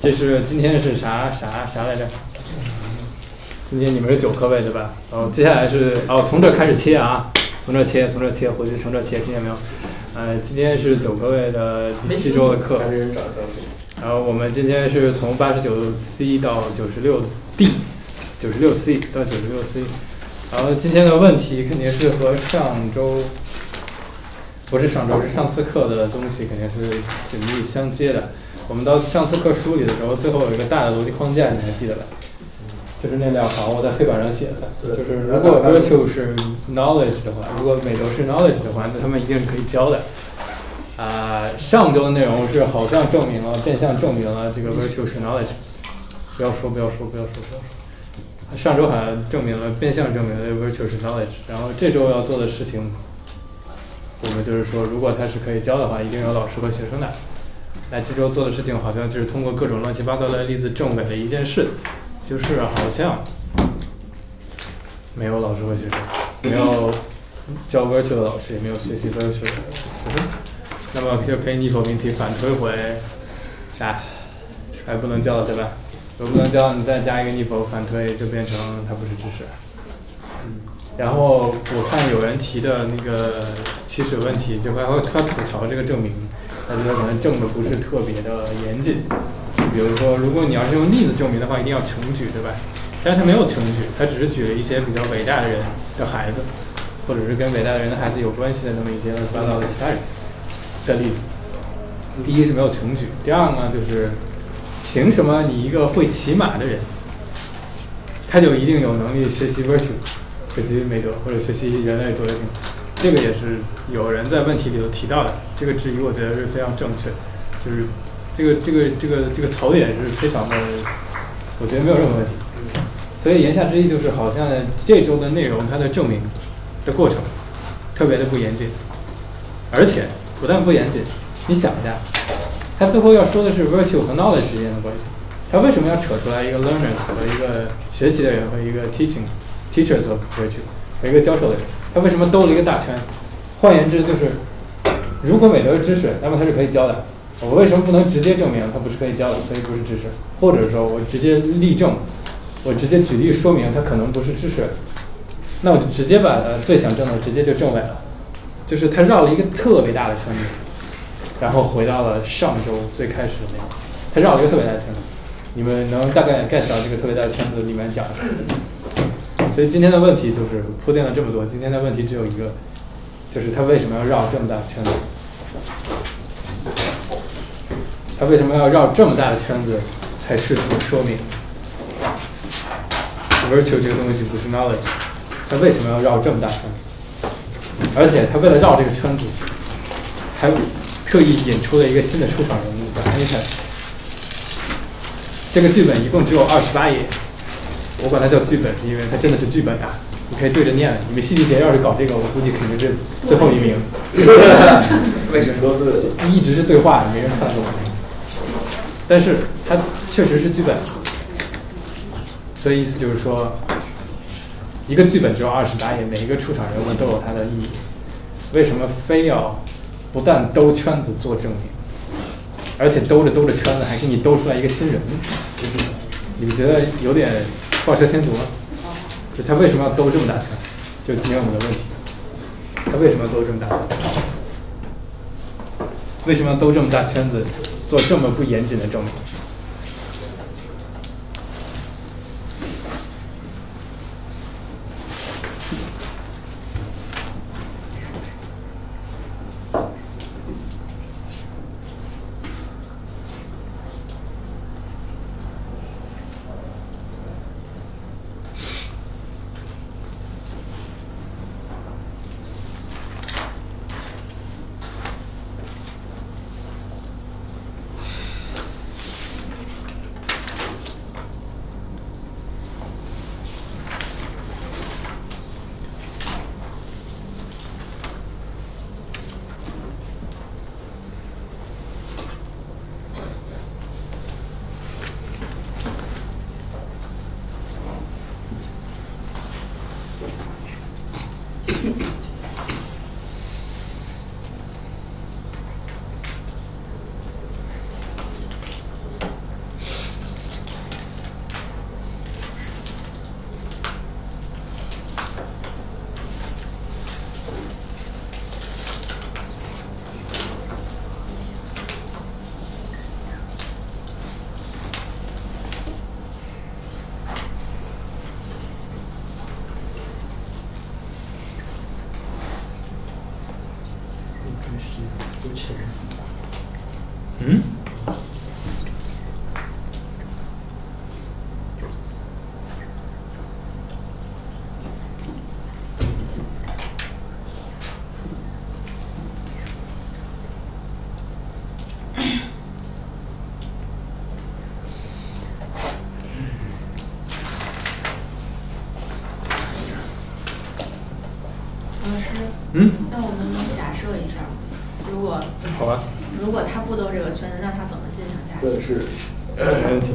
这是今天是啥啥啥来着？今天你们是九颗位对吧？哦，接下来是哦，从这儿开始切啊，从这儿切，从这儿切，回去从这儿切，听见没有？呃，今天是九颗位的第七周的课，然后我们今天是从八十九 C 到九十六 D，九十六 C 到九十六 C，然后今天的问题肯定是和上周。不是上周，是上次课的东西肯定是紧密相接的。我们到上次课梳理的时候，最后有一个大的逻辑框架，你还记得吧？就是那两行我在黑板上写的，就是如果 virtue 是 knowledge 的话，如果美德是 knowledge 的话，那他们一定是可以教的。啊、上周的内容是好像证明了，变相证明了这个 virtue 是 knowledge。不要说，不要说，不要说，不要说。上周好像证明了，变相证明了 virtue 是 knowledge。然后这周要做的事情我们就是说，如果它是可以教的话，一定有老师和学生的。那这周做的事情好像就是通过各种乱七八糟的例子证伪了一件事，就是好像没有老师和学生，没有教歌曲的老师，也没有学习歌曲的学生。那么就可以逆否命题反推回啥？还不能教了对吧？如果不能教，你再加一个逆否反推，就变成它不是知识。然后我看有人提的那个起始问题，就他会他吐槽这个证明，他觉得可能证的不是特别的严谨。比如说，如果你要是用例子证明的话，一定要穷举，对吧？但是他没有穷举，他只是举了一些比较伟大的人的孩子，或者是跟伟大的人的孩子有关系的那么一些乱七八糟的其他人的例子。第一是没有穷举，第二呢就是，凭什么你一个会骑马的人，他就一定有能力学习 virtue，学习美德或者学习人类卓越性。这个也是有人在问题里头提到的，这个质疑我觉得是非常正确的，就是这个这个这个这个槽点是非常的，我觉得没有任何问题。所以言下之意就是，好像这周的内容它的证明的过程特别的不严谨，而且不但不严谨，你想一下，他最后要说的是 virtue 和 knowledge 之间的关系，他为什么要扯出来一个 learners 和一个学习的人和一个 teaching teachers of virtue 和一个教授的人，他为什么兜了一个大圈？换言之就是，如果美德是知识，那么它是可以教的。我为什么不能直接证明它不是可以教的，所以不是知识？或者说我直接例证，我直接举例说明它可能不是知识，那我就直接把它最想证的直接就证伪了，就是它绕了一个特别大的圈子。然后回到了上周最开始的那个，他绕了一个特别大的圈子，你们能大概 get 到这个特别大的圈子里面讲什么？所以今天的问题就是铺垫了这么多，今天的问题只有一个，就是他为什么要绕这么大的圈子？他为什么要绕这么大的圈子才试图说明 virtue 这个东西不是 knowledge？他为什么要绕这么大圈子？而且他为了绕这个圈子，还特意引出了一个新的出场人物叫 a n t o n 这个剧本一共只有二十八页，我管它叫剧本，是因为它真的是剧本啊。你可以对着念的。你们戏剧节要是搞这个，我估计肯定是最后一名。为 什么对了？一直是对话，没人看懂。但是它确实是剧本，所以意思就是说，一个剧本只有二十八页，每一个出场人物都有它的意义。为什么非要不但兜圈子做证明，而且兜着兜着圈子还给你兜出来一个新人？你们觉得有点画蛇添足吗？就他为什么要兜这么大圈？就今天我们的问题，他为什么要兜这么大圈？为什么要兜这么大圈子，做这么不严谨的证明？吃的怎么办？嗯？老师，嗯？那我们能假设一下，如果好吧，如果他不兜这个圈子，那他怎么进行下这去？个是没问题。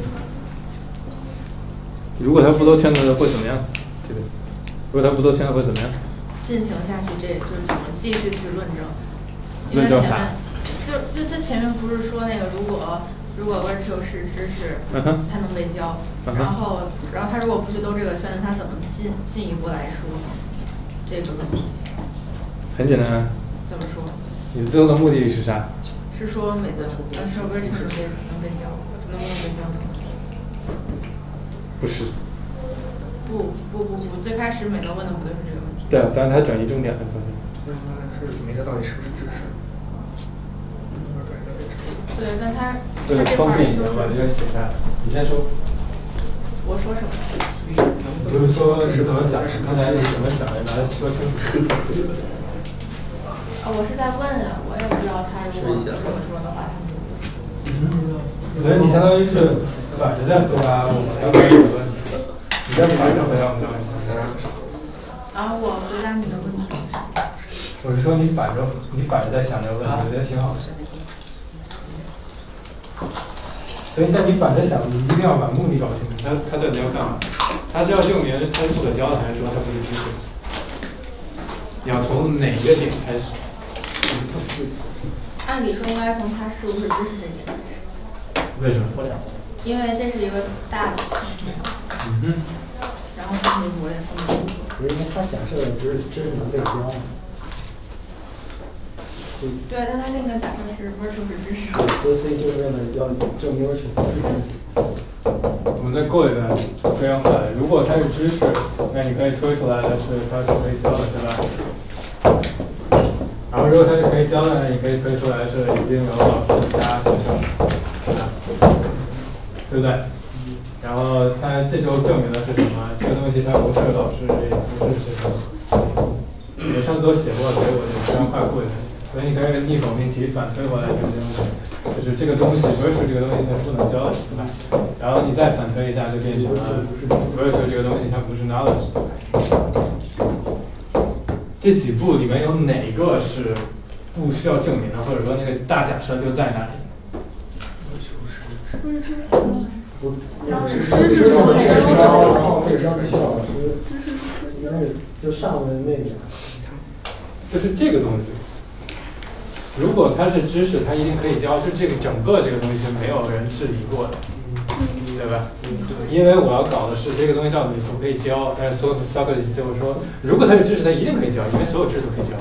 如果他不兜圈子会怎么样？这个，如果他不兜圈子会怎么样？进行下去，这就是怎么继续去论证？因论为前证面啥就就他前面不是说那个，如果如果 virtue 是知识，嗯哼他能被教，嗯哼然后然后他如果不去兜这个圈子，他怎么进进一步来说这个问题？很简单，啊，怎么说？你最后的目的是啥？是说美德，呃，是 virtue 能被能被教，能不能被教呢？不是。不不不不，最开始美德问的不就是这个问题？对，但是他转移重点了，发现。为什么是每个到底是不是知识？那转移到这个对，那他对他，这块方儿便一就点吧，你就是写下来。你先说，我说什么？就是说你怎么想，刚才你怎么想的，把它说清楚。啊，我是在问啊，我也不知道他如果如果说的话，他们所以你相当于是反着在回答我们刚才的问题，你在反着回答我们的问题。然后我回答你的问题。我是说你反着，你反着在想这个问题，我觉得挺好的。所以，但你反着想，你一定要把目的搞清楚。他他到底要干嘛？他是要证明他是可教的，还是说他不是知识？你要从哪个点开始？按理说应该从他是不是知识这点开始，为什么？因为这是一个大的层面，嗯然后后面我也分不清楚。不是因为他假设的知知识能被教吗？所以对，但他那个假设是不是是不是知识？所以所以就是为了要证明是我们再过一段非常快。如果它是知识，那你可以推出来的是它是可以教的，对吧？然后如果它是可以教的，那你可以推出来是已经有老师加学生，啊对不对？然后它这就证明的是什么？这个东西它不是老师，也不是学生。我上次都写过，所以我就非常快过去。所以你可以逆否命题反推回来，就是就是这个东西 virtue 这个东西它不能教，对吧？然后你再反推一下，就变成了 virtue 这个东西它不是 knowledge。这几步里面有哪个是不需要证明的，或者说那个大假设就在哪里？知识能被教，靠智商需要老师，应该是就上文那个。就是这个东西。如果它是知识，它一定可以教。就这个整个这个东西是没有人质疑过的，对吧？因为我要搞的是这个东西到底可不可以教，但是所有的 Socrates 就会说，如果它是知识，它一定可以教，因为所有知识都可以教。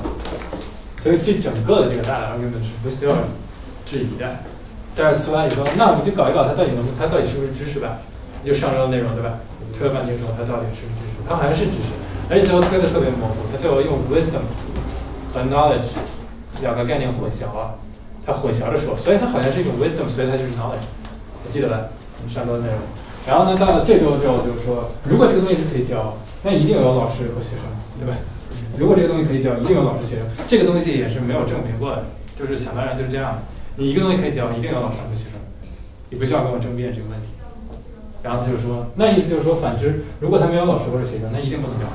所以这整个的这个大的 argument 是不需要质疑的。但是苏格拉底说，那我们就搞一搞它到底能不，它到底是不是知识吧？你就上升的内容对吧？推了半天说它到底是不是知识？它好像是知识，而且最后推的特别模糊，它最后用 wisdom 和 knowledge 两个概念混淆啊，它混淆着说，所以它好像是一种 wisdom，所以它就是 knowledge，我记得吧？上周的内容。然后呢，到了这周之后，就是说，如果这个东西是可以教，那一定有老师和学生，对吧？如果这个东西可以教，一定有老师学生。这个东西也是没有证明过的，就是想当然就是这样的。你一个东西可以教，一定有老师和学生，你不需要跟我争辩这个问题。然后他就说，那意思就是说，反之，如果他没有老师或者学生，那一定不能教。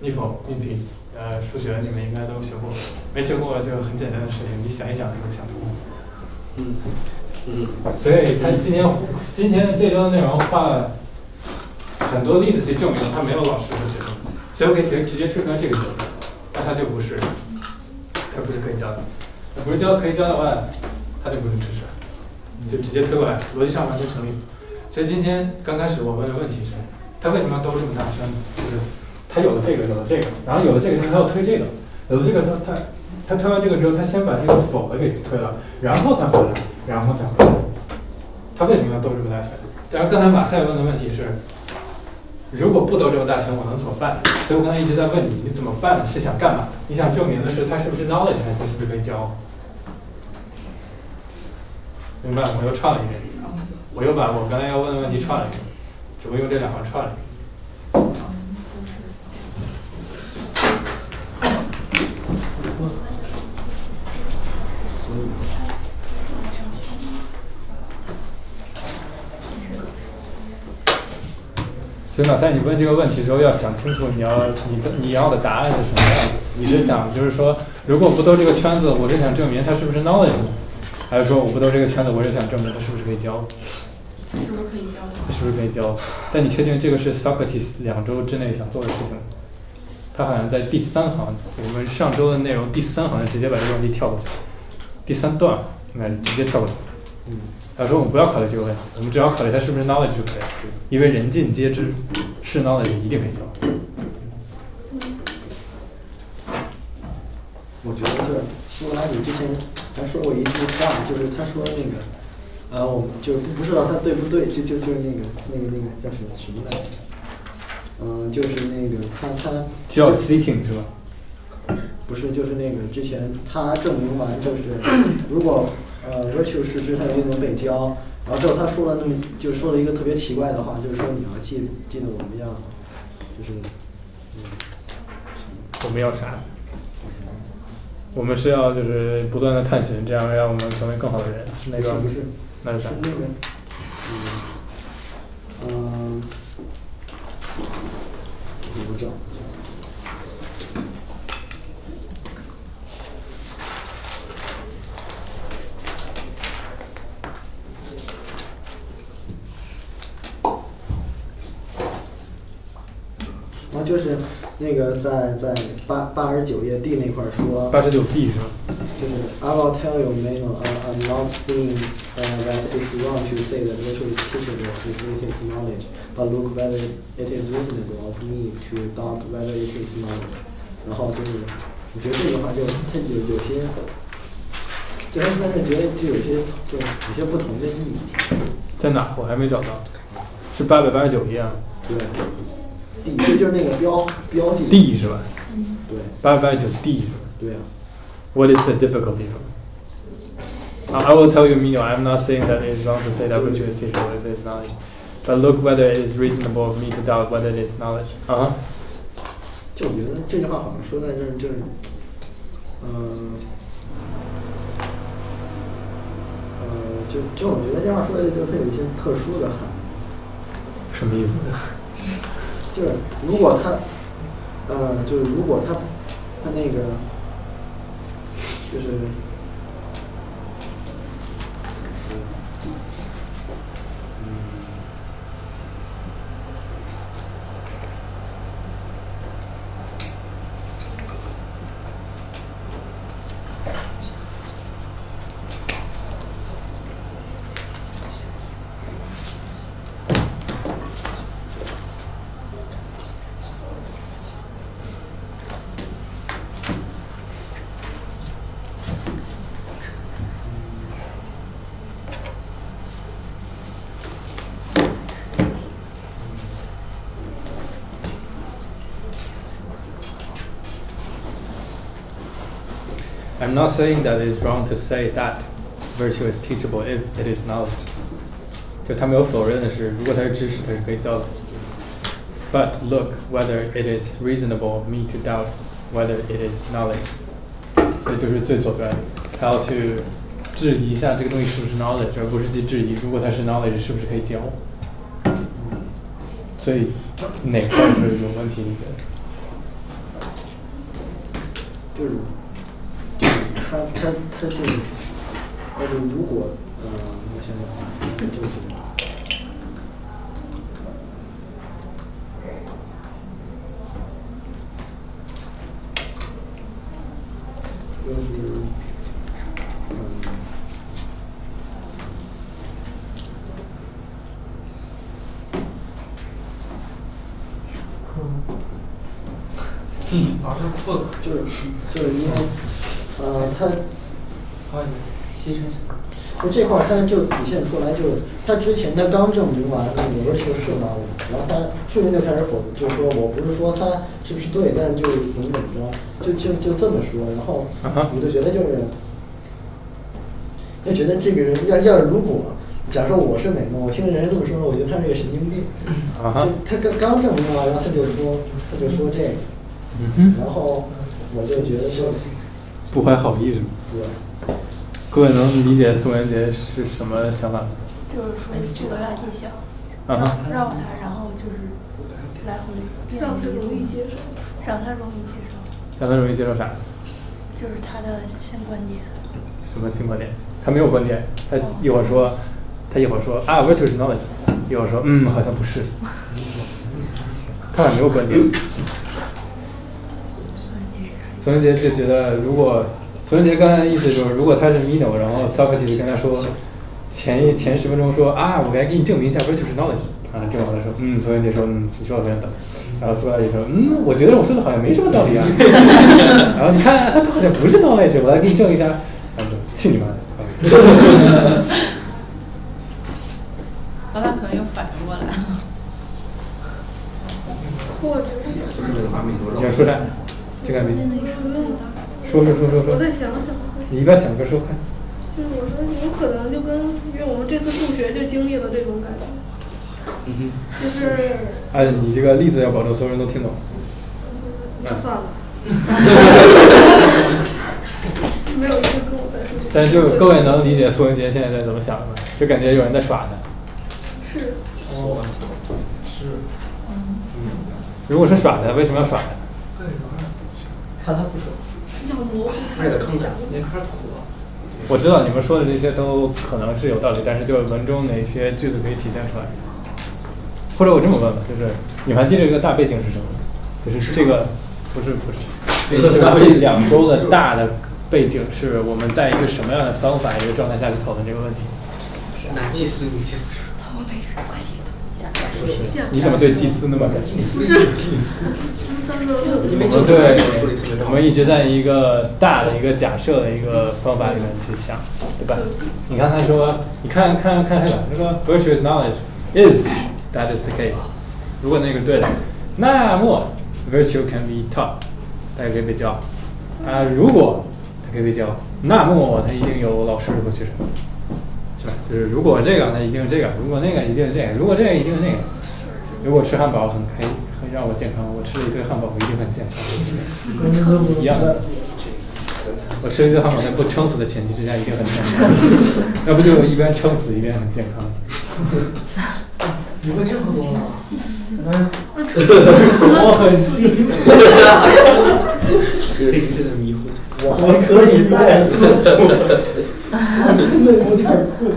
逆否命题，呃，数学你们应该都学过，没学过就很简单的事情，你想一想就能想通。嗯嗯所以他今天今天的这周的内容画了很多例子去证明他没有老师和学生，所以我可以直直接推出来这个结论，那他就不是，他不是可以教的，那不是教可以教的话，他就不是知识，就直接推过来，逻辑上完全成立。所以今天刚开始我问的问题是，他为什么要兜这么大圈呢？就是他有了这个，有了这个，然后有了这个，他还要推这个，有了这个他他他推完这个之后，他先把这个否的给推了，然后才回来，然后才回来。他为什么要兜这么大圈？然后刚才马赛问的问题是，如果不兜这么大圈，我能怎么办？所以我刚才一直在问你，你怎么办？是想干嘛？你想证明的是他是不是 knowledge，还是是不是可以教？明白，我又串了一遍，我又把我刚才要问的问题串了一遍，只不过用这两行串了一遍。所以马赛，你问这个问题的时候要想清楚你要你的你要的答案是什么样子。你是想就是说，如果不兜这个圈子，我是想证明他是不是 knowledge，呢还是说我不兜这个圈子，我是想证明他是不是可以教，他是不是可以教我？他是不是可以教？但你确定这个是 Socrates 两周之内想做的事情吗？他好像在第三行，我们上周的内容第三行直接把这个问题跳过去，第三段应该是直接跳过去。嗯，他说我们不要考虑这个问题，我们只要考虑他是不是 knowledge 就可以了，因为人尽皆知，是 knowledge 一定可以教。我觉得就是苏格拉底之前还说过一句话，就是他说那个，呃，我们就不不知道他对不对，就就就是那个那个那个叫什么什么来着？嗯、就是那个他他叫 seeking 是吧？不是就是那个之前他证明完就是如果呃 virtue 是指它有一种被教，然后之后他说了那么就说了一个特别奇怪的话，就是说你要记记得我们要就是我们要啥？我们是要就是不断的探寻，这样让我们成为更好的人，是那个吗不是不是那是是啥？那个嗯嗯，我不知道。然后就是那个在在八八十九页 D 那块儿说，八十九 B 是吧？就是 I will tell you, Manuel, I- I'm not saying uh, that it's wrong to say that virtue is capable of linguistics knowledge, but look whether it is reasonable of me to doubt whether it is knowledge。然后就是，我觉得这个话就它有有些，就他但是觉得就有些就有些不同的意义。在哪？我还没找到，是八百八十九页啊对，第一就是那个标标记。 ，D 是吧？对八百八十九 D 是吧对啊， ？What is the difficulty 是吧？Uh, I will tell you, Mino. I'm not saying that it is wrong to say that virtue is teachable if it is knowledge, but look whether it is reasonable of me to doubt whether it is knowledge. Uh-huh. 啊、就我觉得这句话好像说在这儿就是，嗯、呃，就就我觉得这话说的就是它有一些特殊的含义，什么意思？就是如果他，呃，就是如果他，他那个，就是， I'm not saying that it's wrong to say that virtue is teachable if it is knowledge。就他没有否认的是，如果它是知识，它是可以教的。But look whether it is reasonable of me to doubt whether it is knowledge。这就是最左边，他要去质疑一下这个东西是不是 knowledge，而不是去质疑如果它是 knowledge 是不是可以教。所以哪块儿是有问题？你觉得？就是，他他他就是，但是如果，呃，我想想，就是。就是，嗯。老师困了，就是就是因为，呃，他好，你提神。就这块儿他就体现出来，就是他之前他刚证明完那个 virtue 是嘛，然后他瞬间就开始否，就说我不是说他是不是对，但就是怎么怎么着，就就就这么说，然后啊哈我就觉得就是，就觉得这个人要要是如果假设我是美梦，我听人家这么说，我觉得他是个神经病。啊哈就他刚刚证明完，然后他就说他就说这个，嗯哼，然后我就觉得这不怀好意是吗？对。各位能理解宋元杰是什么想法吗？就是说这个拉丁香啊哈，绕他，然后就是来回变让他容易接受，让他容易接受，让他容易接受啥？就是他的新观点。什么新观点？他没有观点，他一会儿说，他一会儿说啊，virtue is knowledge，一会儿说嗯，好像不是，他俩没有观点。孙文杰就觉得，如果孙文杰刚才的意思就是，如果他是 Mino，然后 Socrates 跟他说，前一前十分钟说啊，我来给你证明一下 virtue is knowledge，啊，证完了说，嗯，孙文杰说，嗯，你说的非常对。然后苏格拉底说，嗯，我觉得我说的好像没什么道理啊。然后你看，他好像不是 knowledge，我来给你证一下。然后说去你妈的！啊老板可能又反应过来 了。就是这个画面多你想说啥？这个没那你说这个说说说说说我再，想想，我再你一边想一边说快。就是我说有可能就跟，因为我们这次入学就经历了这种感觉，就是哎，你这个例子要保证所有人都听懂。那算了，没有一个跟我在说这个，但是就是各位能理解苏文杰现在在怎么想的吗？就感觉有人在耍他。是哦，是，如果是耍他，为什么要耍他？为什么呀？看他不爽，要模糊他为了的坑他想法，你开始苦了。我知道你们说的这些都可能是有道理，但是就是文中哪些句子可以体现出来？或者我这么问吧，就是你还记得这个大背景是什么吗？就是这个不是不是，这个这两周的大的背景是我们在一个什么样的方法、一个状态下去讨论这个问题？男祭司，女祭司，我没什么关系的。这样你怎么对祭司那么感兴趣？不是，什么三个问我题们对，我们一直在一个大的一个假设的一个方法里面去想，对吧？你看他说，你看看看黑板，他说 virtue is knowledge if that is the case，如果那个是对的，那么 virtue can be taught，它也可以被教。啊、如果它可以被教，那么它一定有老师和学生。是吧？就是如果这个，那一定是这个；如果那个，一定是这个；如果这个，一定是那个。如果吃汉堡很开，很让我健康，我吃了一堆汉堡，我一定很健康。跟那个一样的，我吃了一堆汉堡，在不撑死的前提之下，一定很健康。要不就一边撑死一边很健康。你会这么多吗？嗯，我很信，这个真的迷糊。我还可以再 多说，我真的有点困。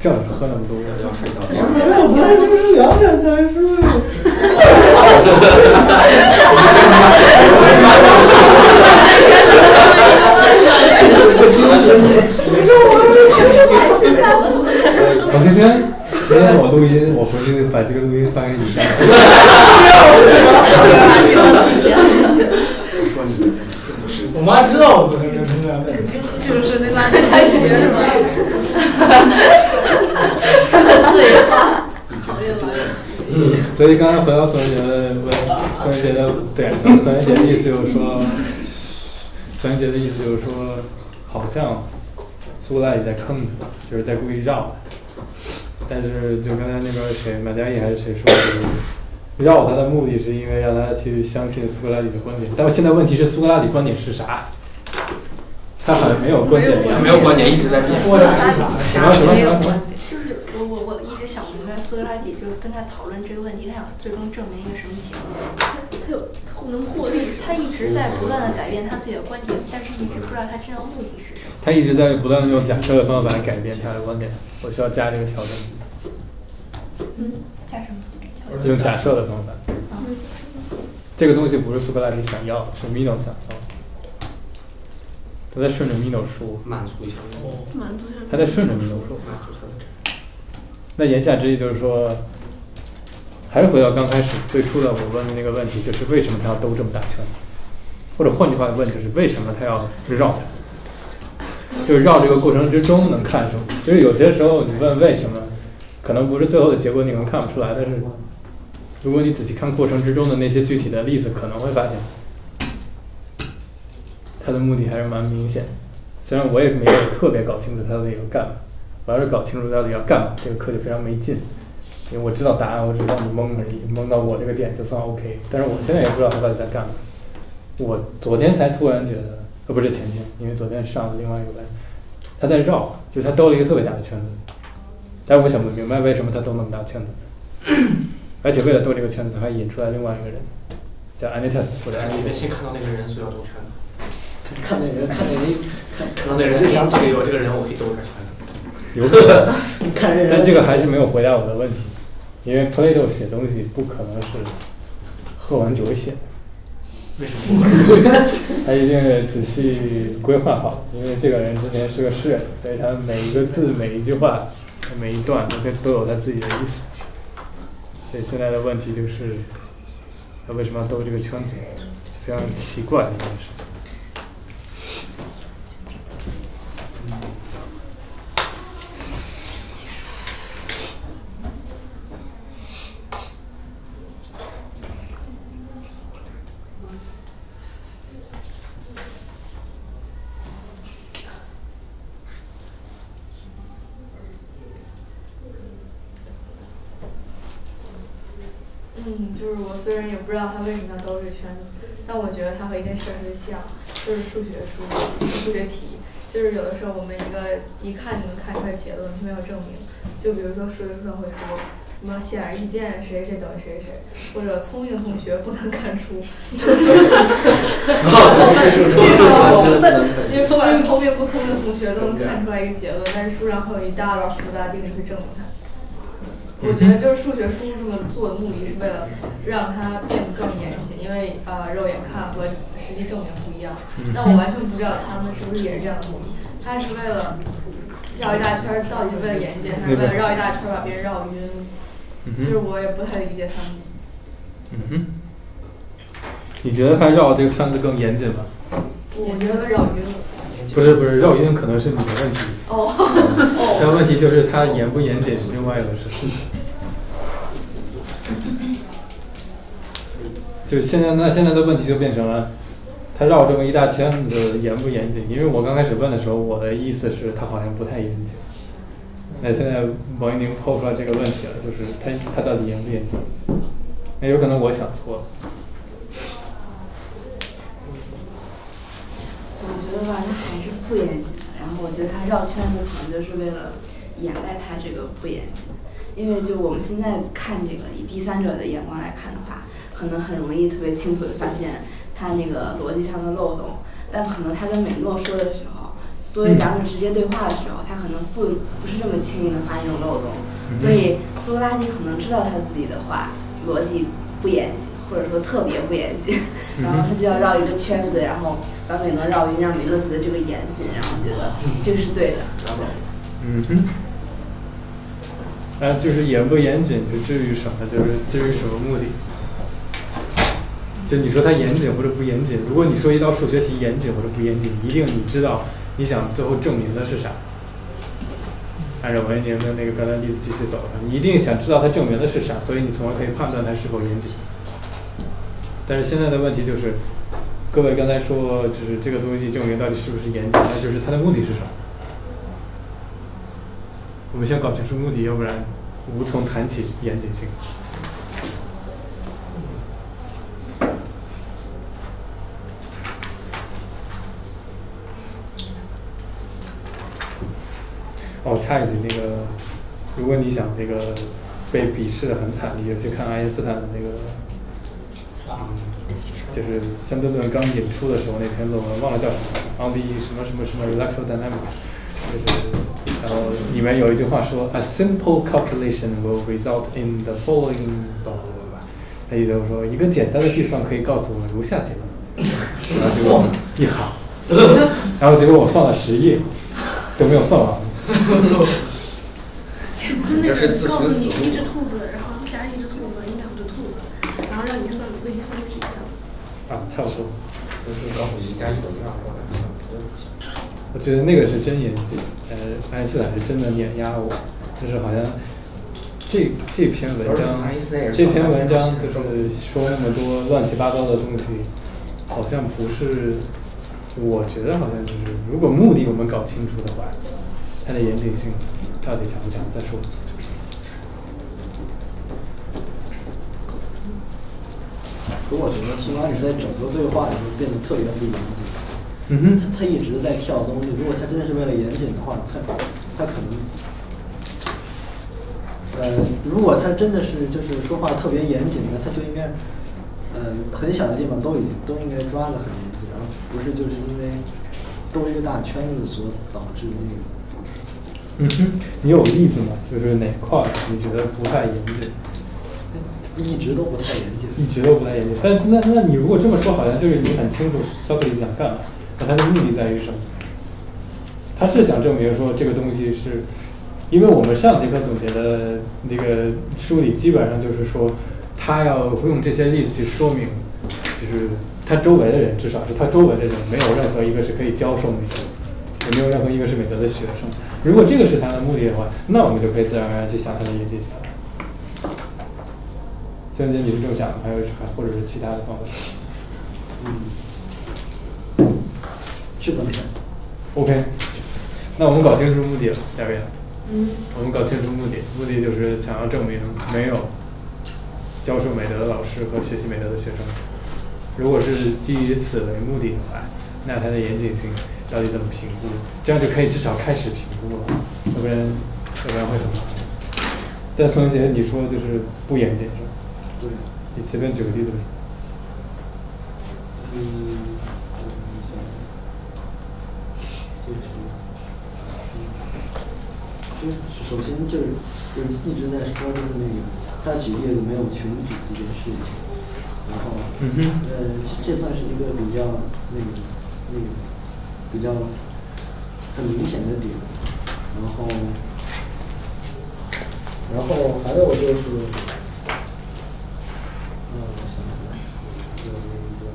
这样喝那么多，我觉得我昨天就是两点才睡。我今天今天我录音，我回去把这个录音发给你看。我妈知道我昨天凌晨两点。就是那垃圾开始别人了。所以刚才回到宋元杰的问，宋元杰的对，宋元杰的意思就是说，宋元杰的意思就是说，好像苏格拉底在坑他，就是在故意绕他。但是就刚才那个谁，马嘉祎还是谁说的，就是绕他的目的是因为让他去相信苏格拉底的观点。但现在问题是苏格拉底观点是啥？他好像没有观点一样。没有观点，一直在变。苏格拉底什么什么什么什么？就是我我我一直想不明白苏格拉底就是跟他讨论这个问题，他想最终证明一个什么结论？他有他能获我利，他一直在不断的改变他自己的观点，但是一直不知道他真正的目的是什么。他一直在不断地用假设的方法改变他的观点。我需要加这个条件，加什么？用假设的方法。这个东西不是苏格拉底想要，是米诺想要。他在顺着米诺说，满足一下我，满足下他在顺着米诺说。满足他的这那言下之意就是说，还是回到刚开始最初的我问的那个问题，就是为什么他要兜这么大圈？或者换句话问，就是为什么他要绕它？就是绕这个过程之中能看出，就是有些时候你问为什么，可能不是最后的结果你能看不出来，但是如果你仔细看过程之中的那些具体的例子，可能会发现，他的目的还是蛮明显。虽然我也没有特别搞清楚他到底要干嘛，我要是搞清楚到底要干嘛，这个课就非常没劲。因为我知道答案，我只让你蒙而已，蒙到我这个点就算 OK。但是我现在也不知道他到底在干嘛。我昨天才突然觉得，呃，不是前天，因为昨天上了另外一个班，他在绕，就他兜了一个特别大的圈子。但是我想不明白为什么他兜那么大圈子，而且为了兜这个圈子，他还引出来另外一个人，叫 Anitas，我的 a 你 n 们 i 先看到那个人，所以要兜圈子。看那人，看那人，看看到那人，我就想哎打这个有这个人，我可以兜个圈子。有可能。看这人，但这个还是没有回答我的问题，因为 Plato 写东西不可能是喝完酒写的。为什么？他一定仔细规划好，因为这个人之前是个诗人，所以他每一个字、每一句话、每一段都都有他自己的意思。所以现在的问题就是，他为什么要兜这个圈子？非常奇怪的一件事情。嗯，就是我虽然也不知道他为什么要兜这个圈子，但我觉得他和一件事儿特别像，就是数学书、数学题，就是有的时候我们一个一看就能看出来结论，没有证明。就比如说数学书上会说什么显而易见谁谁等于谁谁，或者聪明同学不能看书，其实不管聪明不聪明的同学都能看出来一个结论，但是书上会有一大段复杂定理去证明它。我觉得就是数学书这么做的目的是为了让它变得更严谨，因为呃肉眼看和实际证明不一样。嗯但我完全不知道他们是不是也是这样的目的，他是为了绕一大圈儿，到底是为了严谨，还是为了绕一大圈儿把别人绕晕？嗯就是我也不太理解他们。嗯哼，你觉得他绕这个圈子更严谨吗？我觉得绕晕了。不是不是，绕晕可能是你的问题，哦哦， 但问题就是他严不严谨是另外一回事。就现在，那现在的问题就变成了，他绕这么一大圈子严不严谨？因为我刚开始问的时候，我的意思是他好像不太严谨。那现在王一宁抛出来这个问题了，就是他他到底严不严谨？那有可能我想错了。我觉得吧，他还是不严谨的。然后我觉得他绕圈子可能就是为了掩盖他这个不严谨，因为就我们现在看这个以第三者的眼光来看的话，可能很容易特别清楚的发现他那个逻辑上的漏洞。但可能他跟美诺说的时候，作为两者之间对话的时候，他可能不不是这么轻易的发现这种漏洞。所以苏格拉底可能知道他自己的话逻辑不严谨，或者说特别不严谨， 然后他就要绕一个圈子，然后把美诺绕晕，让美诺觉得这个严谨，然后觉得这个是对的。嗯哼。啊，就是严不严谨，就至于什么，就是至于什么目的。就你说它严谨或者不严谨，如果你说一道数学题严谨或者不严谨，一定你知道你想最后证明的是啥。按照文宁的那个刚才例子继续走，你一定想知道它证明的是啥，所以你从而可以判断它是否严谨。但是现在的问题就是，各位刚才说，就是这个东西证明到底是不是严谨，那就是它的目的是啥？我们先搞清楚目的，要不然无从谈起严谨性。哦，插一句，那个，如果你想那个被鄙视的很惨，你就去看爱因斯坦的那个，嗯，就是相对论刚引出的时候那篇论文，忘了叫什么，on the 什么什么什么 electrodynamics，就是，然后里面有一句话说，a simple calculation will result in the following，blah blah blah blah，他意思就是说，一个简单的计算可以告诉我们如下结论，然后结果一行，然后结果我算了十页，都没有算完。啊那这是个自寻告诉死你路一只兔子，然后加一只兔子，一两只兔子，然后让你算每天分别是一样的。啊，差不多。就是告诉你加一等于二，我感觉。我觉得那个是真严谨，呃，爱因斯坦是真的碾压我，就是好像这这篇文章不是爱因斯坦也，是这篇文章就是说那么多乱七八糟的东西，好像不是我觉得好像就是，如果目的我们搞清楚的话，它的严谨性到底强不强，再说。可我觉得青蛙只在整个对话里面变得特别不严谨。嗯哼他他一直在跳东西，如果他真的是为了严谨的话，他他可能，呃，如果他真的是就是说话特别严谨的，他就应该，呃，很小的地方都已经都应该抓得很严谨，而不是就是因为兜一个大圈子所导致那个。嗯哼，你有例子吗？就是哪块儿你觉得不太严谨？一直都不太严谨。一直都不太严谨。但那那你如果这么说，好像就是你很清楚肖克里斯想干嘛，那他的目的在于什么？他是想证明说这个东西是，因为我们上节课总结的那个梳理，基本上就是说，他要用这些例子去说明，就是他周围的人，至少是他周围的人，没有任何一个是可以教授美德，也没有任何一个是美德的学生。如果这个是他的目的的话，那我们就可以自然而然去想他的严谨性。孙姐，你是这么想的，还有还或者是其他的方法嗯，是这么想。 ？OK，那我们搞清楚目的了，下面嗯，我们搞清楚目的，目的就是想要证明没有教授美德的老师和学习美德的学生。如果是基于此为目的的话，那它的严谨性到底怎么评估？这样就可以至少开始评估了，要不然要不然会很麻烦。但孙姐，你说就是不严谨是吧？对，你随便举个例子呗。嗯，就是，嗯，就是首先就是就是一直在说就是那个，他举例子没有群体这件事情，然后，嗯哼呃，这这算是一个比较那个那个比较很明显的点，然后。然后还有就是，嗯，我想想，啊有一个，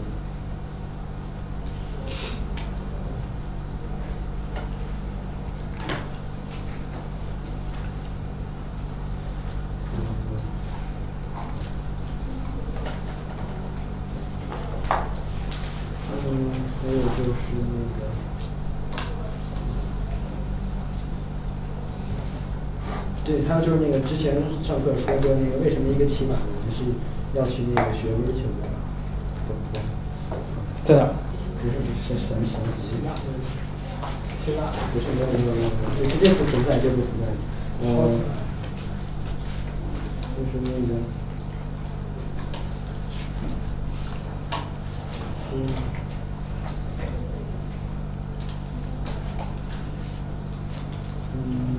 嗯，还有就是那个。对，还有就是那个之前上课说过那个为什么一个骑马的人是要去那个学微去的，不不，在哪儿？不是是什么什么骑马的人，骑马不是没有没有没有，没有这这不存在，这不存在，嗯，就是那个，嗯。嗯，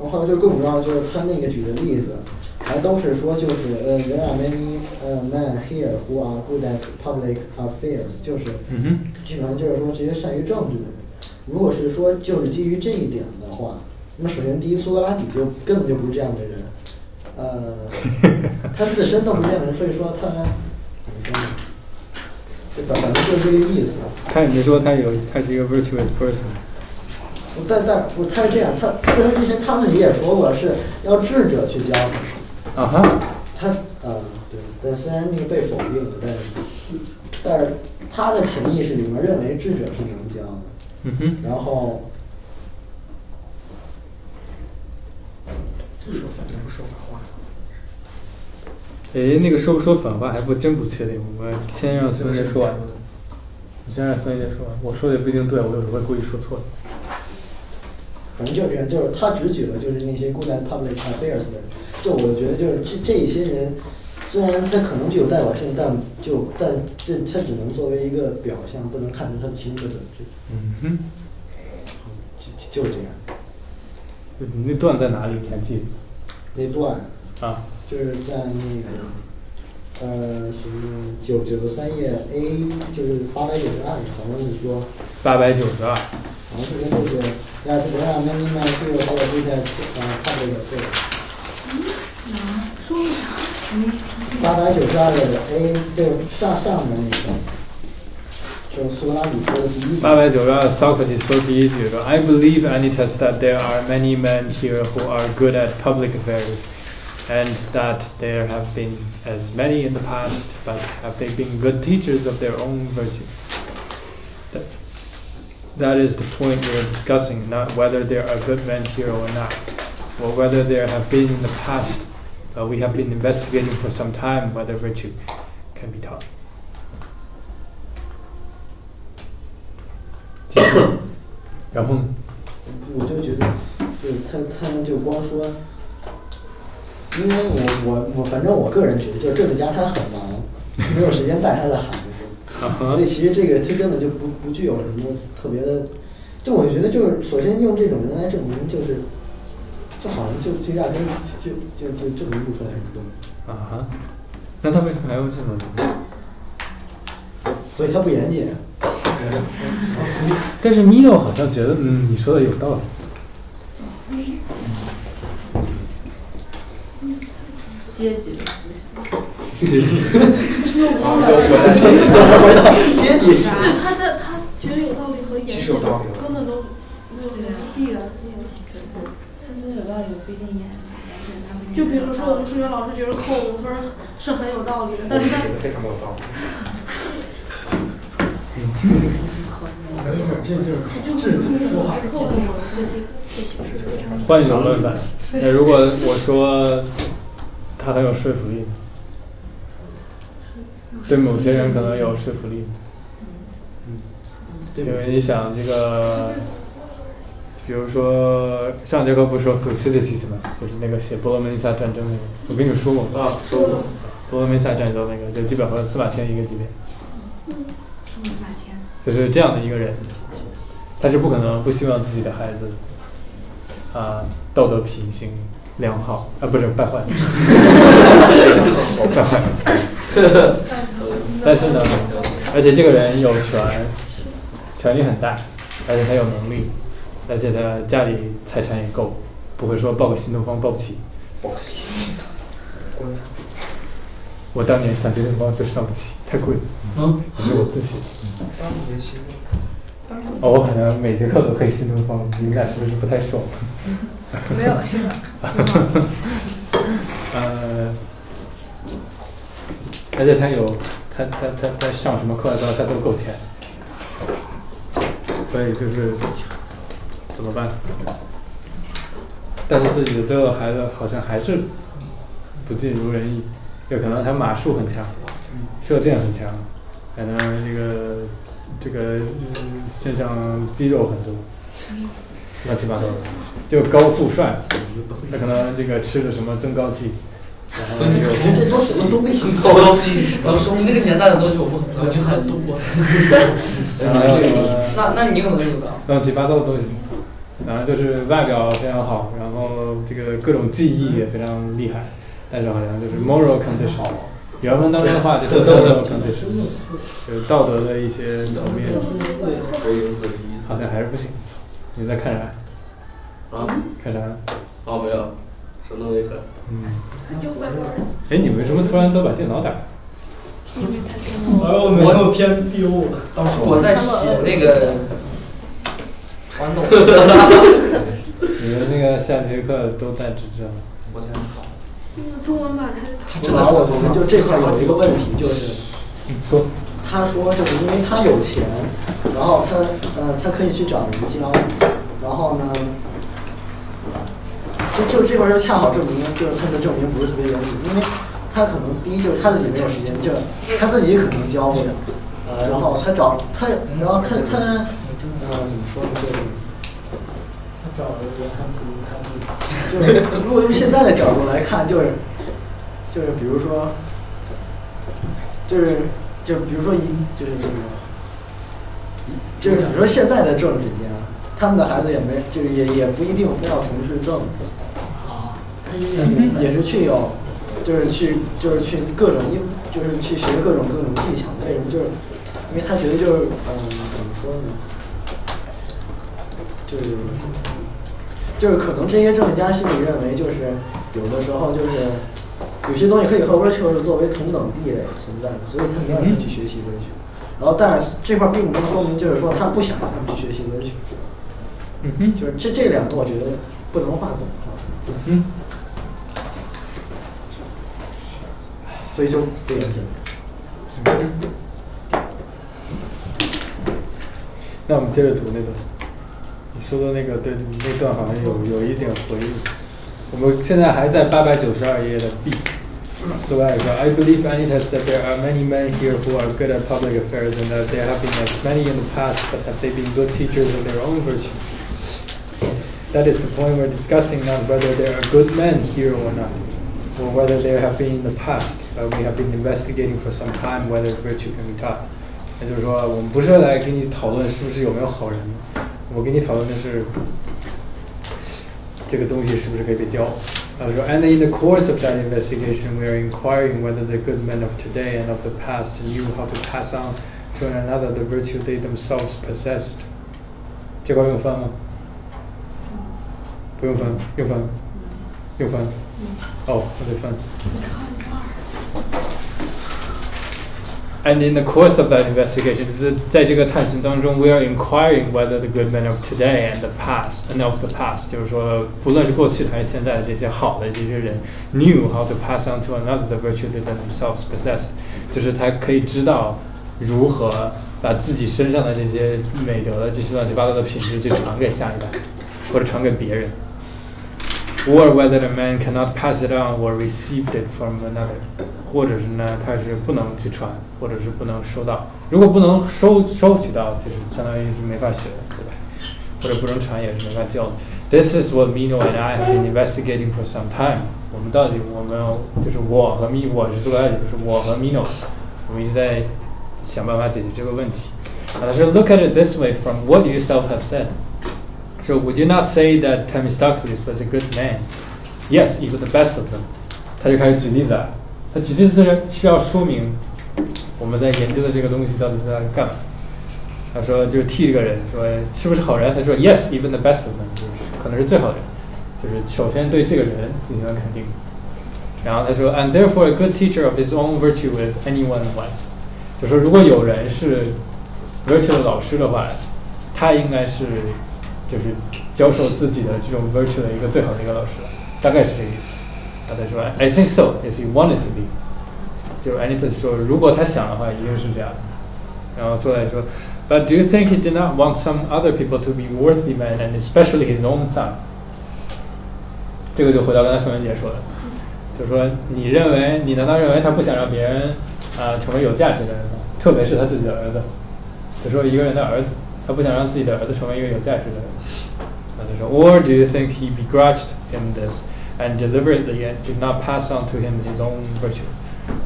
然后后来就各种各样，就是他那个举的例子，还都是说就是呃，there are many 呃 men here who are good at 啊 public affairs，就是嗯哼基本上就是说这些善于政治的人。如果是说就是基于这一点的话，那么首先第一，苏格拉底就根本就不是这样的人，呃，他自身都不是这样的人，所以说他怎么说呢？就反反正就是这个意思。他也没说他有，他是一个 virtuous person。但但不，他是这样，他在他之前他自己也说过，是要智者去教。啊哈，他呃，对，但虽然那个被否定了，但是但是他的潜意识里面认为智者是能教的，嗯哼，然后就说反正不说反话。诶，那个说不说反话还不真不确定，我们先让孙这姐是说完你的。我先让孙姐说完，我说的也不一定对，我有时候会故意说错的。反正就是这样，就是他只举了就是那些 good at public affairs 的人，就我觉得就是这这一些人，虽然他可能具有代表性，但就但这他只能作为一个表象，不能看出他的心智本质，嗯哼，就就就是这样。你那段在哪里？你还记那段得？啊，就是在那个呃什么九九十三页 A 就是八百九十二里好像是说，八百九十二。好像是跟这个亚特兰大曼尼曼这个或者对待呃看这个这个说不上，哎八百九十二页的 A 就是上上面那个，就是苏格拉底说的第一句。八百九十二，Socrates 说第一句说：“I believe, Anytus, that there are many men here who are good at public affairs, and that there have been as many in the past, but have they been good teachers of their own virtue?” That, that is the point we are discussing, not whether there are good men here or not, or whether there have been in the past. But we have been investigating for some time whether virtue can be taught. 然后呢？我就觉得，就是他他们就光说，因为我我我反正我个人觉得，就是政治家他很忙，没有时间带他的孩子，所以其实这个他根本就不不具有什么特别的，就我觉得就是首先用这种人来证明，就是就好像就就压根就就就就证明不出来什么东西，啊哈，Uh-huh. 那他为什么还要这么做？所以他不严谨。但是 Mino 好像觉得，嗯，你说的有道理。阶级的思想。阶级就是他在他觉得有道理和严其谨实有道理啊根本都没有啊联系必然联系。他说有道理，不一定也很简单，就是他们就比如说我们数学老师觉得扣五分儿是很有道理的，我但是是他觉得非常没有道理。这就是这就是说老话师扣五分。换一种论法，那如果我说他很有说服力，对某些人可能有说服力，对因为你想这个，比如说上节课不是说 Thucydides 吗？就是那个写波罗门尼撒战争那个，我跟你们说过吗，啊，说过。波罗门尼撒战争那个就基本和司马迁一个级别。什么马钱，就是这样的一个人，他是不可能不希望自己的孩子啊、道德品行良好啊，不是败坏，败坏。但是呢，而且这个人有权，权力很大，而且他有能力，而且他家里财产也够，不会说抱个新东方抱不起。我当年上新东方就上不起，太贵了。嗯，是我自己。当年行，哦，我好像每节课都黑新东方，你们俩是不是不太爽？没有这个。呃，而且他有他他他他上什么课啊他他都够钱，所以就是怎么办？但是自己的最后孩子好像还是不尽如人意，就可能他马术很强，射箭很强，可能这个这个嗯身上肌肉很多，乱七八糟的，就高富帅，他可能这个吃的什么增高剂，然后又这都什么东西？高高级，老师，你那个年代的东西我不很了解很多。然后又什么那那你可能知道。呃乱七八糟的东西，然后就是外表非常好，然后这个各种技艺也非常厉害，但是好像就是 moral condition，原文当中的话就是 moral condition，就是道德的一些层面，为人自立。好像还是不行。你在看啥？啊？看啥？哦，没有，什么东西看？嗯。哎，你为什么突然都把电脑打开？哎呦，没那么偏丢了。当时我在写那个。豌豆， 你们那个下节课都带纸质吗？我才好。那个中文版它然后我觉得就这块有一个嗯问题，就是说他说就是因为他有钱，然后他呃他可以去找人教，然后呢，就就这块儿就恰好证明就是他的证明不是特别严谨，因为他可能第一就是他自己没有时间，就是他自己可能教不了，呃，然后他找他，然后他他呃怎么说呢，就是。他找的人还不如他自己。就是如果用现在的角度来看，就是就是比如说，就是就比如说一就是这个，就是比如说现在的政治家，他们的孩子也没就是也也不一定非要从事政治，也是去有。就是去，就是去各种，因就是去学各种各种技巧。为什么？就是因为他觉得就是，嗯，怎么说呢？就是就是可能这些政治家心里认为，就是有的时候就是有些东西可以和 virtue 是作为同等地位存在的，所以他没有人去学习 virtue。然后，但是这块并不说明就是说他不想让他们去学习文学，嗯哼，就是这这两个我觉得不能划等号，嗯，所以就不严 谨。那我们接着读那段，你说的那个对那段好像有有一点回忆。我们现在还在八百九十二页的 B。So I go, I believe Anitas that there are many men here who are good at public affairs and that there have been as many in the past, but have they been good teachers of their own virtue? That is the point we're discussing not whether there are good men here or not, or whether there have been in the past, but we have been investigating for some time whether virtue can be taught. 也就是说，我们不是来跟你讨论是不是有没有好人，我跟你讨论的是这个东西是不是可以被教。他说，And in the course of that investigation, we are inquiring whether the good men of today and of the past knew how to pass on to one another the virtue they themselves possessed。这块用翻吗？不用翻，用翻，用翻。哦，我得翻。And in the course of that investigation，就是在这个探寻当中，we are inquiring whether the good men of today and the past and of the past，就是说，不论是过去的还是现在的这些好的这些人，knew how to pass on to another the virtue that they themselves possessed，就是他可以知道如何把自己身上的这些美德的这些乱七八糟的品质去传给下一代，或者传给别人。or whether a man cannot pass it on or received it from another，或者是呢，他是不能去传，或者是不能收到。如果不能收收取到，就是相当于是没法学的，对吧？或者不能传也是没法教的。This is what Mino and I have been investigating for some time。我们到底我们就是我和米，我是苏格拉底，就是我和 Mino，我们一直在想办法解决这个问题。啊，他说，Look at it this way from what you self have said。So would you not say that Themistocles was a good man? Yes, he was the best of them. 他就开始举例子了。他举例子是需要说明我们在研究的这个东西到底是在干嘛。他说就替这个人说是不是好人？他说 Yes, even the best of them，就是可能是最好的人。就是首先对这个人进行了肯定。然后他说 And therefore a good teacher of his own virtue if anyone was，就说如果有人是 virtue 的老师的话，他应该是就是教授自己的这种 virtue 的一个最好的一个老师，大概是这个意思。他在说，I think so if he wanted to be，就是 Anita 说，如果他想的话，一定是这样的。然后苏来说，But do you think he did not want some other people to be worthy men and especially his own son？这个就回到刚才宋文杰说的，就是说，你认为，你难道认为他不想让别人啊、呃成为有价值的人吗？特别是他自己的儿子，就说一个人的儿子。他不想让自己的儿子成为一个有价值的人。那就说，Or do you think he begrudged him this and deliberately and did not pass on to him his own virtue？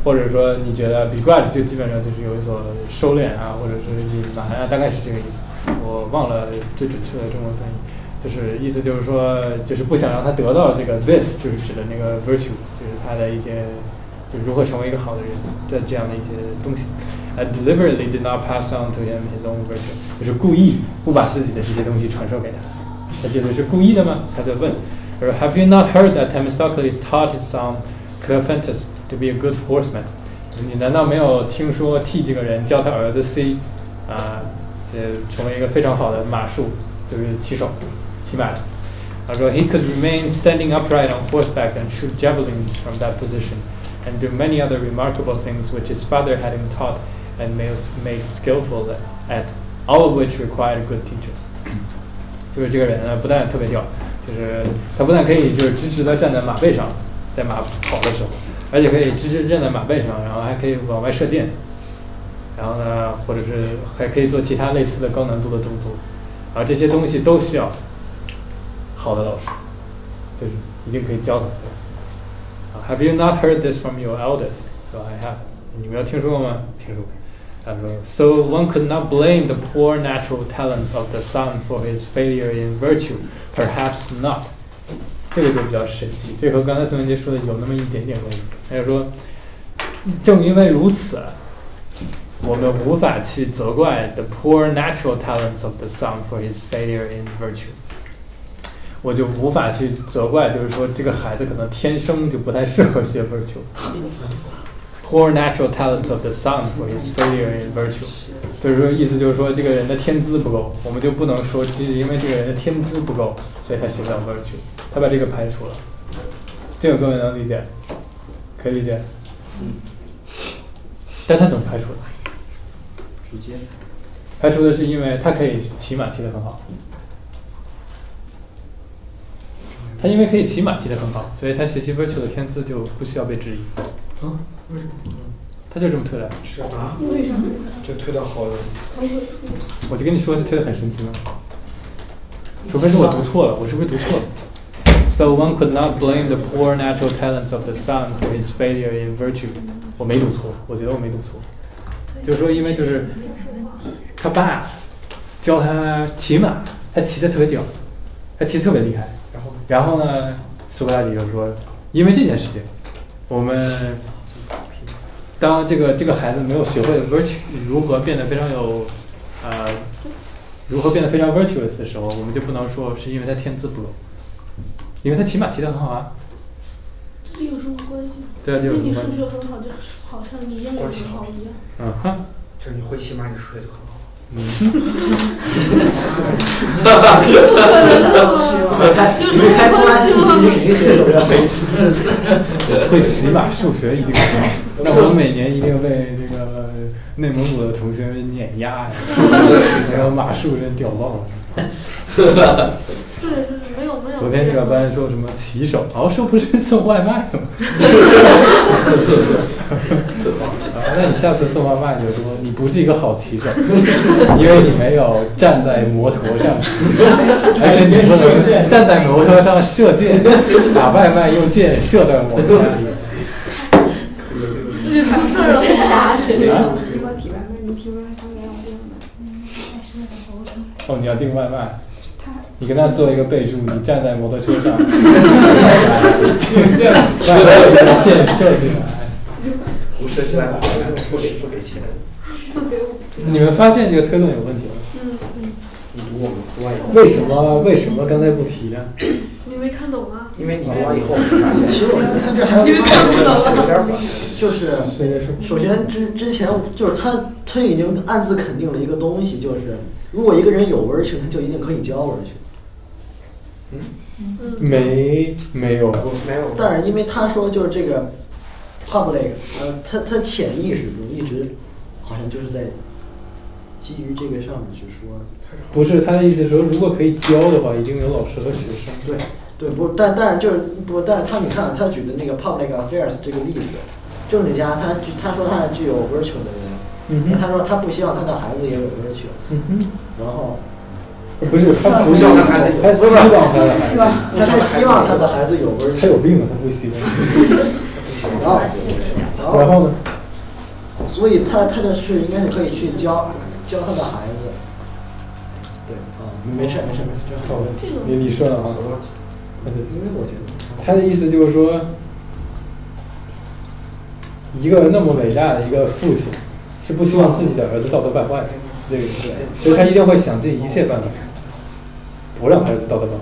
或者说，你觉得 begrudge 就基本上就是有所收敛啊，或者是隐瞒啊，大概是这个意思。我忘了最准确的中文翻译，就是意思就是说，就是不想让他得到这个 this，就是指的那个 virtue，就是他的一些就如何成为一个好的人的这样的一些东西。I deliberately did not pass on to him his own virtue，就是故意不把自己的这些东西传授给他。他觉得是故意的吗？他在问。他说，Have you not heard that Themistocles taught his son Cleophantus to be a good horseman？你难道没有听说替这个人教他儿子 C 啊，呃，成为一个非常好的马术，就是骑手，骑马的？他说，He could remain standing upright on horseback and shoot javelins from that position, and do many other remarkable things which his father had him taught and made, made skillful at, all of which required good teachers. 就是这个人呢，不但特别屌，就是他不但可以就是直直的站在马背上，在马跑的时候，而且可以直直站在马背上，然后还可以往外射箭，然后呢，或者是还可以做其他类似的高难度的动作，啊，这些东西都需要好的老师，就是一定可以教他。啊，Have Uh, you not heard this from your elders? So I have. 你们有听说过吗？听说过。他说，So one could not blame the poor natural talents of the son for his failure in virtue, perhaps not。这个就比较神奇，这和刚才孙文杰说的有那么一点点关系。他就说，正因为如此，我们无法去责怪 the poor natural talents of the son for his failure in virtue。我就无法去责怪，就是说这个孩子可能天生就不太适合学 virtue。 poor natural talents of the son for his failure in virtue。就是说，意思就是说，这个人的天资不够，我们就不能说就是因为这个人的天资不够，所以他学不了 virtue。他把这个排除了，这个各位能理解？可以理解？嗯。但他怎么排除的？直接排除的是因为他可以骑马骑得很好。他因为可以骑马骑得很好，所以他学习 virtue 的天资就不需要被质疑。啊？为什么？他就这么推的。是啊为啥？就推到好的。我就跟你说，这推的很神奇吗？除非是我读错了，我是不是读错了？So one could not blame the poor natural talents of the son for his failure in virtue。我没读错，我觉得我没读错。就是说，因为就是他爸教他骑马，他骑的特别屌，他骑的特别厉害。然后呢然后呢，苏格拉底就说，因为这件事情，我们当这个这个孩子没有学会 virtue 如何变得非常有，呃，如何变得非常 virtuous 的时候，我们就不能说是因为他天资不够，因为他骑马骑得很好啊。这有什么关系？对啊这有跟你什数么关系学很好，就好像你英语很好一样。嗯哼，就是你会骑马，你数学就很好。 你们开拖拉机，你其实肯定学手要飞。会骑马，数学一定很好。那我每年一定被这个内蒙古的同学们碾压 呀，然后马术真屌爆了。对对，没有没有。昨天这个班说什么骑手，敖说不是送外卖的吗？啊，那你下次送外卖就说你不是一个好骑 手，因为你没有站在摩托 上，而且你不能站在摩托上射箭，把外卖用箭射到摩托上。这出事儿了，我打起啊来。给我提外卖，你提外卖三元，我订了。嗯，爱吃火锅。哦，你要订外卖他，你跟他做一个备注，你站在摩托车上，箭外卖箭射进来。我说起来吧，不给不给钱。不给我。你们发现这个推论有问题吗？嗯嗯，你读我们读完以后，为什么为什么刚才不提呢？你没看懂啊？因为你读完以后，我们发现其实我觉得他这还有因为看不懂有了点儿就是首先之之前就是他他已经暗自肯定了一个东西，就是如果一个人有 virtue，他就一定可以教 virtue。嗯。没没有，没有。但是因为他说就是这个 public，呃，他他潜意识中一直好像就是在基于这个上面去说。不是他的意思说，如果可以教的话，一定有老师和学生。对，对，不，但但是就是不，但是他你看啊他举的那个 public affairs 这个例子，政治家他他说他是具有 virtue 的人，嗯哼他说他不希望他的孩子也有 virtue，嗯哼，然后不是他不像他孩子有他希望他的孩子，他他希望他的孩子有 virtue，他有病啊，他不希望。然后然后呢？所以他他就是应该是可以去教教他的孩子，对啊，没事没事没事，这好好的，你你说的啊。因为我觉得他的意思就是说，一个那么伟大的一个父亲，是不希望自己的儿子道德败坏的，这个意思，所以他一定会想尽一切办法，不让儿子道德败坏。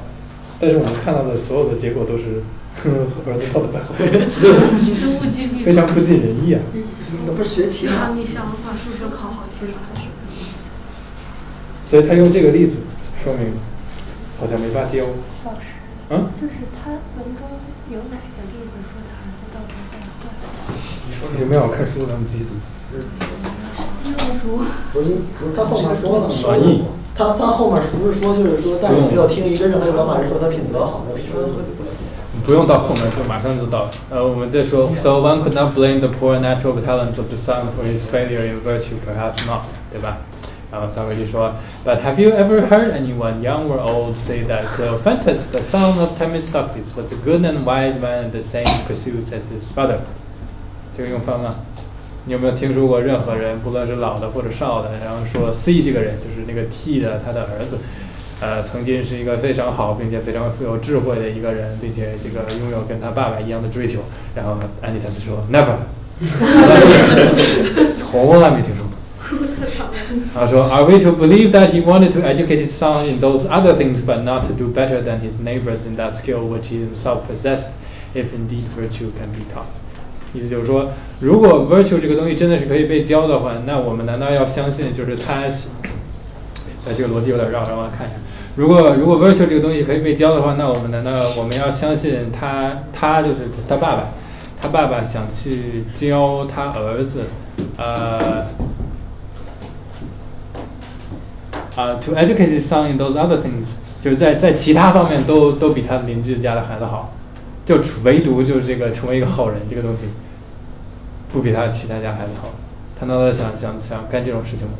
但是我们看到的所有的结果都是， 呵呵儿子道德败坏， 你是物极必非常反。不尽人意啊。那不是学骑马啊，你想把数学考好，其实还是。所以他用这个例子说明，好像没法教。老师，嗯就是他文中有哪个例子说他儿子道德败坏？你们要看书，咱们继续读。不是不是他后面说了转译吗？他他后面是不是说就是说，但是没有听一个任何一个罗马人说他品德好，没有说不用到后面，就马上就到了。呃，我们再说，So one could not blame the poor natural talents of the son for his failure in virtue, perhaps not，对吧？然后 Socrates 说，But have you ever heard anyone, young or old, say that Cleophantus, the son of Themistocles, was a good and wise man in the same pursuits as his father？这个用翻吗？你有没有听说过任何人，不论是老的或者少的，然后说 C 这个人就是那个 T 的他的儿子，呃，曾经是一个非常好并且非常富有智慧的一个人，并且这个拥有跟他爸爸一样的追求。然后安妮塔斯说 Never，从来没听说过。他说，Are we to believe that he wanted to educate his son in those other things, but not to do better than his neighbors in that skill which he himself possessed, if indeed virtue can be taught？意思就是说，如果 virtue 这个东西真的是可以被教的话，那我们难道要相信就是它是？呃，这个逻辑有点绕，让我看一下。如果如果 virtue 这个东西可以被教的话，那我们难道我们要相信他？他就是他爸爸，他爸爸想去教他儿子，呃，啊、t o educate his son in those other things，就是在在其他方面都都比他邻居家的孩子好，就除唯独就是这个成为一个好人这个东西，不比他其他家孩子好。他难道想想想干这种事情吗？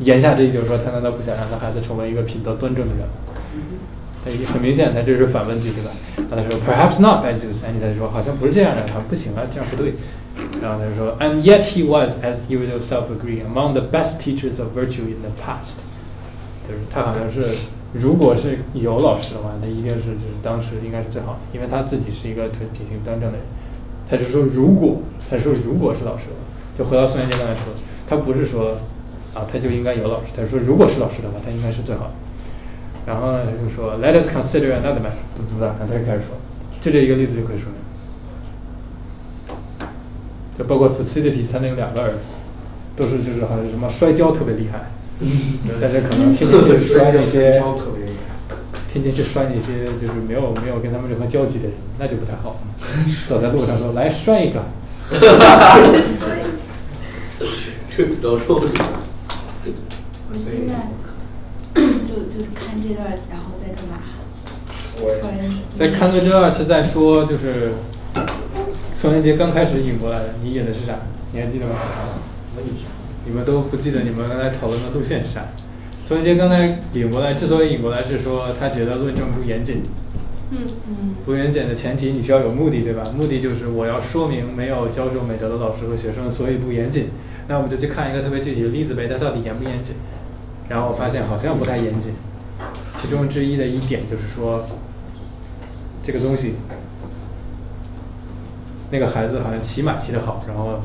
言下之意就是说，他难道不想让他孩子成为一个品德端正的人吗？他也很明显，他这是反问句，对吧？然后他说，Perhaps not, b a j u s 安妮他就说，好像不是这样的，好像不行啊，这样不对。然后他就说，And yet he was, as you yourself agree, among the best teachers of virtue in the past。就是他好像是，如果是有老师的话，他一定是就是当时应该是最好的，因为他自己是一个品品行端正的人。他就说如果，他说如果是老师的话，就回到宋元杰刚才说的，他不是说啊他就应该有老师，他说如果是老师的话，他应该是最好的。然后呢，他就说 Let us consider another matter，不不不，然后他就开始说，就这一个例子就可以说明，就包括 Thucydides 他那有两个儿子，都是就是好像什么摔跤特别厉 害，但是可能天天去摔那些摔跤特别厉害天天去摔那些就是没有没有跟他们任何交集的人，那就不太好。 走在路上说来摔一个，这比较瘦。我现在就就看这段儿，然后再干嘛？突然在看到这段是在说就是宋元杰刚开始引过来的，你引的是啥？你还记得吗？你们都不记得你们刚才讨论的路线是啥？宋元杰刚才引过来，之所以引过来是说他觉得论证不严谨，嗯嗯不严谨的前提你需要有目的，对吧？目的就是我要说明没有教授美德的老师和学生，所以不严谨。那我们就去看一个特别具体的例子呗，它到底严不严谨？然后发现好像不太严谨。其中之一的一点就是说，这个东西，那个孩子好像骑马骑得好，然后，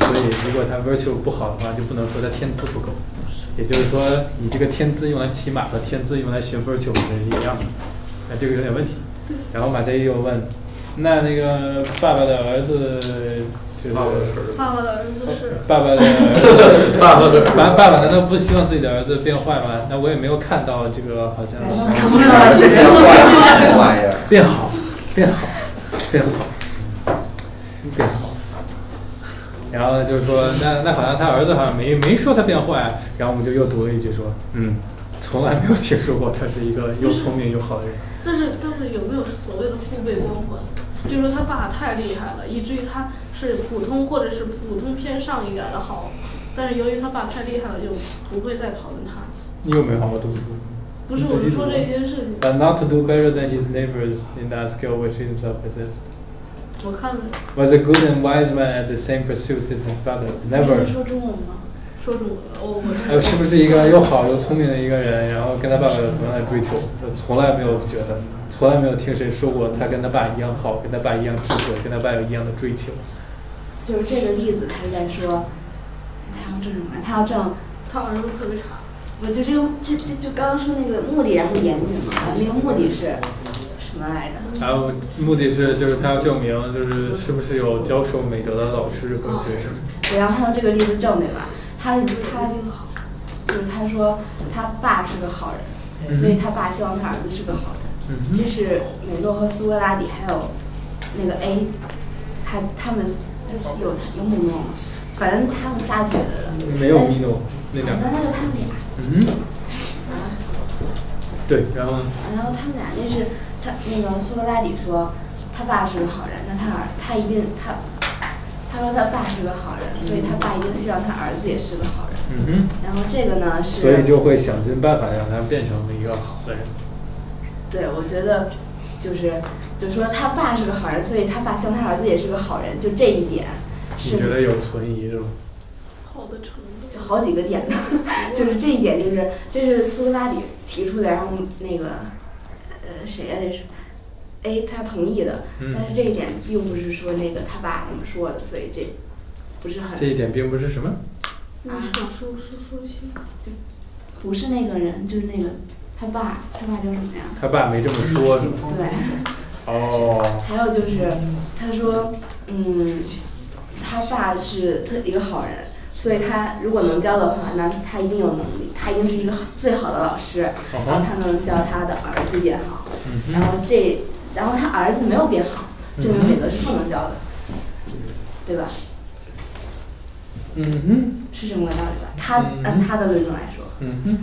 所以如果他 virtue 不好的话，就不能说他天资不够。也就是说，你这个天资用来骑马和天资用来学 virtue 本身是一样的，那这个有点问题。然后马加伊又问，那那个爸爸的儿子就是爸爸的儿子是爸爸的儿子 爸爸的爸爸爸难道不希望自己的儿子变坏吗？那我也没有看到这个好像 变好，变好，变好，变好。然后呢，就是说，那那好像他儿子好像没没说他变坏，然后我们就又读了一句说，嗯，从来没有听说过他是一个又聪明又好的人。但是但是有没有所谓的父辈光环？就是说他爸太厉害了，以至于他是普通或者是普通偏上一点儿的好，但是由于他爸太厉害了，就不会再讨论他。你有没有好好读书？不是我是说这件事情 But not to do better than his neighbors in that skill which he himself possessed. 我看了。 Was a good and wise man at the same pursuits as his father. 你 Never. 是说中文吗？说中文，哦，呃，是不是一个又好又聪明的一个人，然后跟他爸爸有同样的追求？呃从来没有觉得，从来没有听谁说过他跟他爸一样好，跟他爸一样智慧，跟他爸有一样的追求。就是这个例子，他是在说，他要挣什么？他要挣，他儿子特别差。我就这个，这这就刚刚说那个目的，然后严谨嘛，那个目的是什么来着？然后目的是，就是他要证明，就是是不是有教授美德的老师和学生。对，然后他用这个例子证明吧，他他就是他说他爸是个好人，嗯所以他爸希望他儿子是个好嗯人。哼这是美诺和苏格拉底还有那个 A，他他们有有米诺吗，反正他们仨觉得的。嗯没有米诺那两个那。那就他们俩。嗯哼。对，然后呢然后他们俩那是他那个苏格拉底说他爸是个好人，那他儿他一定他他说他爸是个好人，所以他爸一定希望他儿子也是个好人。嗯哼，然后这个呢是，所以就会想尽办法让他变成一个好的人。对我觉得就是就说他爸是个好人，所以他爸希望他儿子也是个好人，就这一点你觉得是有存疑是吗？好的程度。就 好几个点呢，就是这一点就是这是苏格拉底提出的，然后那个呃谁呀、这是。A 他同意的，嗯但是这一点并不是说那个他爸怎么说的，所以这不是很这一点并不是什么。啊，说说说些，就不是那个人，就是那个他爸，他爸叫什么呀？他爸没这么说，是吗？对。哦，还有就是，他说，嗯，他爸是特一个好人，所以他如果能教的话，那他一定有能力，他一定是一个好最好的老师，嗯然后他能教他的儿子变好，然后这，然后他儿子没有变好，证明美德是不能教的，对吧？嗯哼，是这么个道理吧？他按他的论证来说，嗯哼，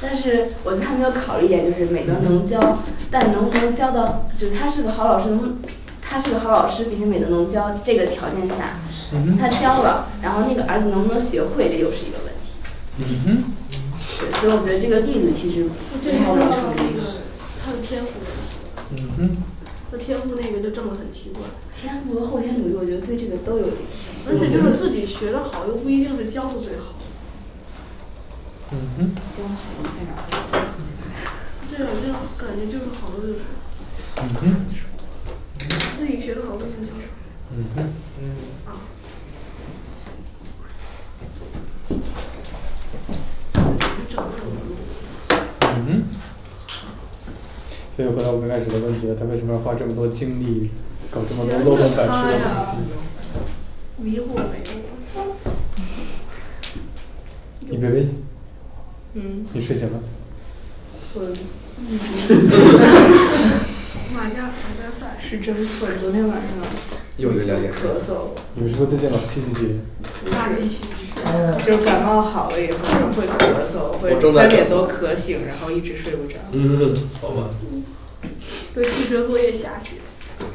但是我觉得他没有考虑一点，就是美德能教，但能不能教到，就他是个好老师，能他是个好老师，并且美德能教这个条件下，嗯他教了，然后那个儿子能不能学会，这又是一个问题。嗯哼，对，所以我觉得这个例子其实我不这就太说能到成那立个。他的天赋问嗯题，哼，他天赋那个就挣得很奇怪，天赋和后天努力，我觉得对这个都有影响。而且就是自己学的好，又不一定是教的最好。嗯哼，教的好在哪儿？这种这种感觉就是好多就是嗯哼，自己学的好不行教授。嗯哼，嗯哼。所以回到我刚开始的问题了，他为什么要花这么多精力搞这么多漏洞百出的东西？迷惑没有？你别问，嗯，你睡醒了？我马加马加赛是真困，昨天晚上又一个了解咳嗽，你们是不是最近老气气节？大机器。就感冒好了以后会咳嗽，我会正在三点多咳醒，然后一直睡不着，嗯，好吧。对数学作业瞎写，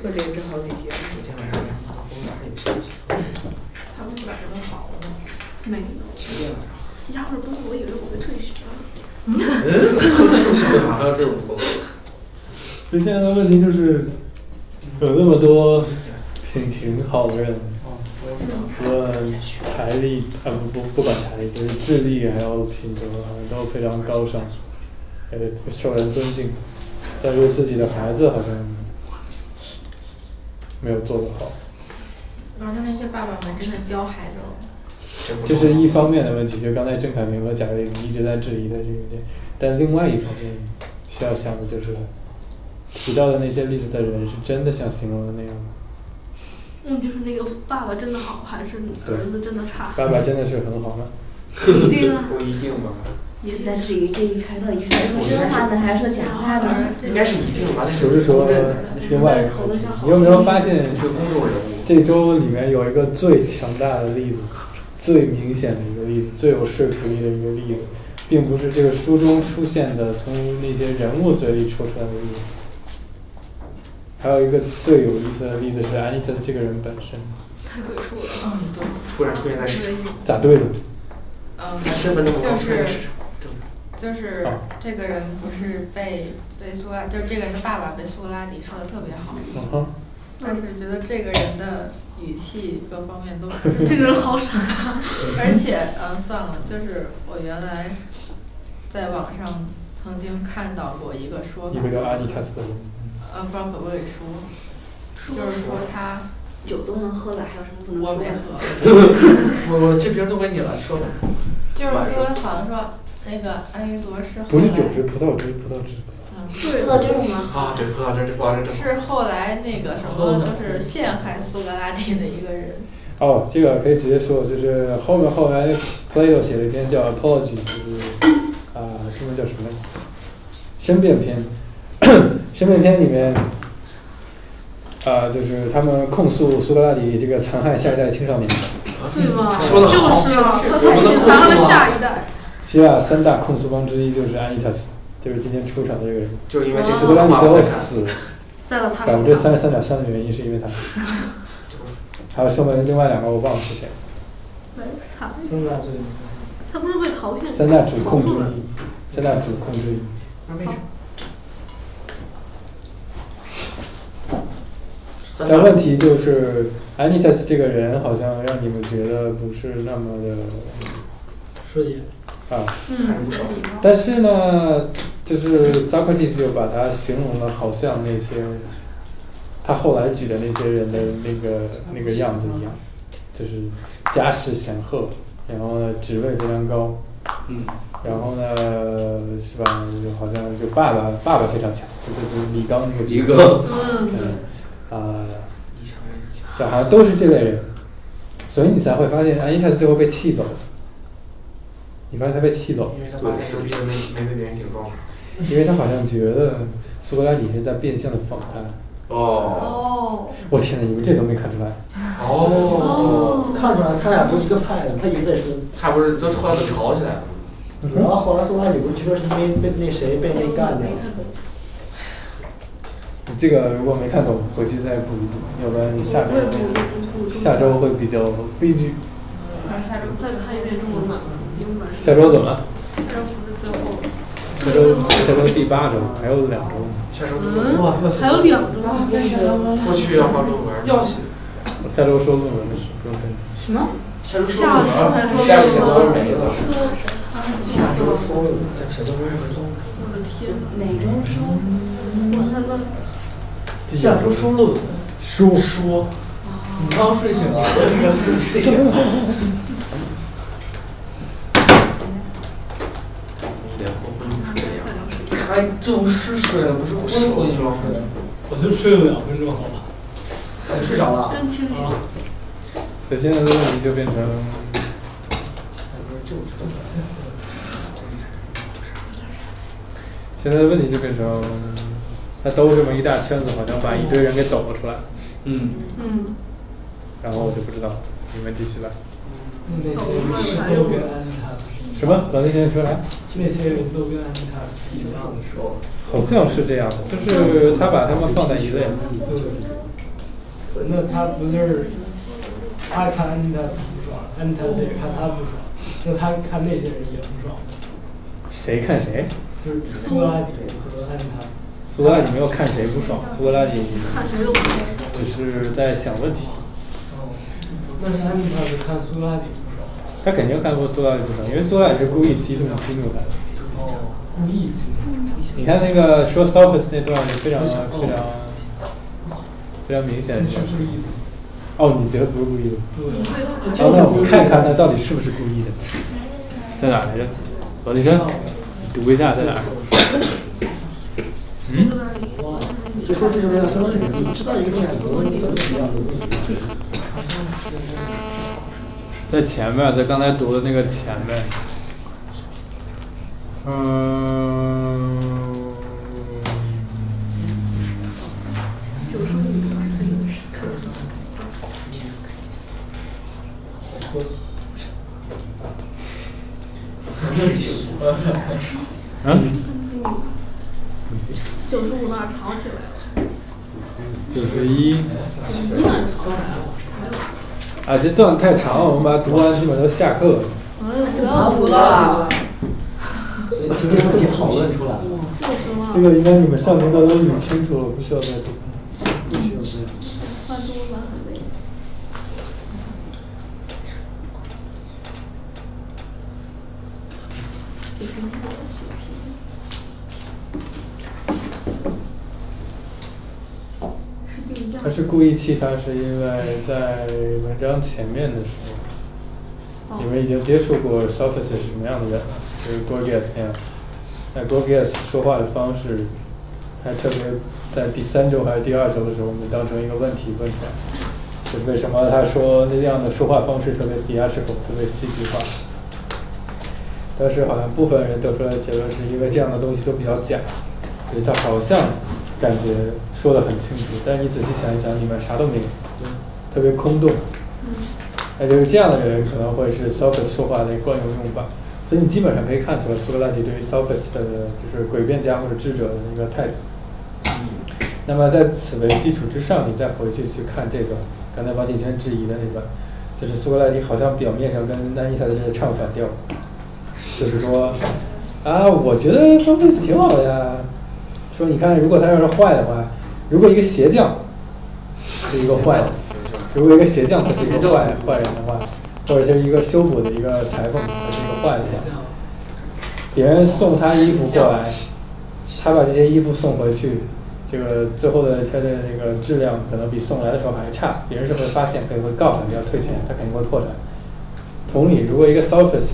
会连着好几天。昨天晚上两个我哪有消息？他们晚上好了吗？没有。今天晚上。要是不是我以为我会退学了，嗯，还有这种错就现在的问题就是，有那么多品行好人，无论财力啊不不不管财力，就是智力还有品德，好像都非常高尚，呃受人尊敬，但是自己的孩子好像没有做得好，然后他那些爸爸们真的教孩子了。这是一方面的问题。就刚才郑凯明和贾玲一直在质疑的这个点，但另外一方面需要想的就是，提到的那些例子的人是真的像形容的那样吗？嗯，就是那个爸爸真的好，还是儿子真的差？爸爸真的是很好吗？一定啊，不一定吧？就在至于这一篇到底是在说真话呢，还是说假话呢？嗯应该是一定嗯吧？不是说另外一个问题，你有没有发现是个公众人物。这周里面有一个最强大的例子，最明显的一个例子，最有说服力的一个例子，并不是这个书中出现的从那些人物嘴里说出来的例子。还有一个最有意思的例子是安妮特这个人本身，太鬼畜了。突然出现在市场，咋对的？嗯，他身份那么高，就出现在是市场，对吧？就是啊这个人不是被被苏格拉，就是这个人的爸爸被苏格拉底说的特别好，嗯哼，但是觉得这个人的语气各方面都是这个人好傻，而且，嗯，算了，就是我原来在网上曾经看到过一个说一法，个叫安妮特斯的人，嗯，不知道可不可以说，就是说他酒都能喝了，还有什么不能我说没的？喝，我我这瓶都给你了，说吧。就是说好像说那个安云铎是后不是酒来是葡萄汁，葡萄汁，葡嗯，喝到这种吗？啊，对，葡萄汁，这葡萄汁真好。是后来那个什么，就是陷害苏格拉底的一个 人。萄汁哦，这个可以直接说，就是后面后来 Plato 写了一篇叫《Apology》，就是啊，中文叫什么来着？申辩篇， 申辩篇里面，啊、就是他们控诉苏格拉底这个残害下一代青少年，对吧？说得好就是啊，他他已经传到了下一代。希腊三大控诉方之一就是安妮塔斯，就是今天出场的这个人。就是因为这苏次格拉的底话，最我后在看，死在了他百分之手三上。十三点三的原因是因为他， 还有上面另外两个我忘了是谁，没哎惨，三大罪名，他不是被陶片三大主控之投诉了一，三大主控之一。那为什么？三但大问题就是安妮塔斯这个人好像让你们觉得不是那么的顺眼。啊，嗯，但是呢，就是 Socrates 就把他形容的好像那些他后来举的那些人的那个那个样子一样，就是家世显赫，然后呢职位非常高，嗯，然后呢是吧，就好像就爸爸爸爸非常强，就就是李刚那个一个嗯，嗯啊、一强人一强，小孩都是这类人，所以你才会发现啊安妮塔最后被气走了。你发现他被气走了，因为他爸太牛逼了，没没被别人顶撞。因为他好像觉得苏格拉底是在变相的仿他。哦。我天哪，你们这都没看出来？哦看出来他俩不是一个派的，他一直在说。他不是都后来都吵起来了。嗯然后后来苏格拉底不是说是因为被那谁被那干掉，你这个如果没看懂，回去再补一补，要不然你下周下周会比较悲剧。哦下周再看一遍中文版吧，英文版是。下周怎么了？下周不是最后。下周下周第八周，还有两周。下周嗯哇，还有两周啊！过去要画论文，要写我下周说论文的事，不用担心。什么？下周说下论周才文，下周说写论文没了。下周说论文，写论文没了。我的天，哪周说？我他妈下周说论文。说说。你刚睡醒啊？睡醒了。你得昏昏睡呀。哎，这不是睡了，不嗯是昏昏睡了。 我就睡了两分钟，好吧。哎睡着了。真清楚。所以现在的问题就变成，现在的问题就变成，他兜这么一大圈子，好像把一堆人给抖了出来。嗯。嗯。然后我就不知道，你们继续吧。那些人是都跟安妮塔斯是一样的什么？老那先说来。那些人都跟安妮塔斯是一样的时候，好像是这样的，就是他把他们放在一类。对。那他不就是他看安妮塔斯不爽，安妮塔斯也看他不爽，那他看那些人也不爽，谁看谁？就是苏格拉底和安妮塔斯。苏格拉底没有看谁不爽，苏格拉底看谁都不爽。只是在想问题。那是安妮塔斯看苏格拉底不爽，他肯定看过苏格拉底不爽，因为苏格拉底是故意激动激怒他的。哦，故意激你看那个说 Sophus 那段就非常非常哦非常明显。是故意的。哦，你觉得不是故意的？对。好，那我们看看他到底是不是故意的，在哪儿哦来着？王立生，你读一下在哪儿？嗯，就说这种人说你知道一个东西很多，你怎么怎么样的在前面，在刚才读的那个前面。嗯。啊？九十五那儿吵起来了，九十一。你那儿吵起来了，啊，这段太长了，我们把它读完，基本都下课了。我说不要读了，所以今天问题讨论出来了。就是嘛，这个应该你们上节课都理清楚了，不需要再读。不需要这样。翻中文版很累。是定价他是故意气他，是因为在文章前面的时候，你们已经接触过 Sophus 是什么样的人，就是 Gorgias 那样。那 Gorgias 说话的方式，还特别在第三周还是第二周的时候，我们当成一个问题问出来，就是为什么他说那样的说话方式特别 theatrical，特别戏剧化。但是好像部分人得出来的结论是因为这样的东西都比较假，就是他好像感觉说的很清楚，但是你仔细想一想，里面啥都没有，特别空洞。那就是这样的人可能会是 Sophus 说话的惯用用法，所以你基本上可以看出来苏格拉底对于 Sophus 的就是诡辩家或者智者的一个态度。那么在此为基础之上，你再回去去看这段刚才王景轩质疑的那段，就是苏格拉底好像表面上跟安妮塔的这个唱反调，就是说啊，我觉得 Sophus 挺好的呀，说你看如果他要是坏的话，如果一个鞋匠是一个坏的，如果一个鞋匠他是一个坏坏人的话，或者就是一个修补的一个裁缝他是一个坏的话，别人送他衣服过来，他把这些衣服送回去，这个最后的他的那个质量可能比送来的时候还差，别人是会发现，可以会告他，你要退钱，他肯定会破产。同理，如果一个 sophist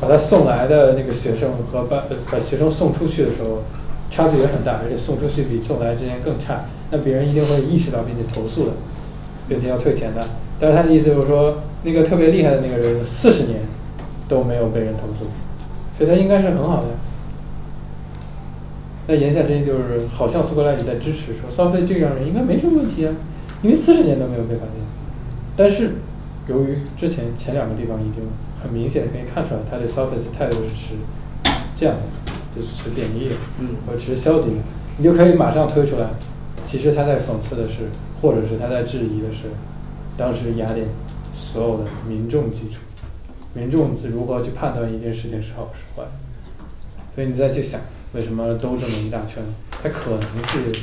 把他送来的那个学生和把呃把学生送出去的时候，差距也很大，而且送出去比送来之间更差，那别人一定会意识到并且投诉的。并且要退钱的。但是他的意思就是说，那个特别厉害的那个人四十年都没有被人投诉，所以他应该是很好的。那言下之意就是，好像苏格兰语在支持说消费这样人应该没什么问题啊，因为四十年都没有被发现。但是，由于之前前两个地方已经很明显地可以看出来，他对消费态度是持这样的，就是持贬义的，嗯或者持消极的，你就可以马上推出来，其实他在讽刺的是，或者是他在质疑的是，当时雅典所有的民众基础，民众是如何去判断一件事情是好是坏。所以你再去想，为什么兜这么一大圈？它可能是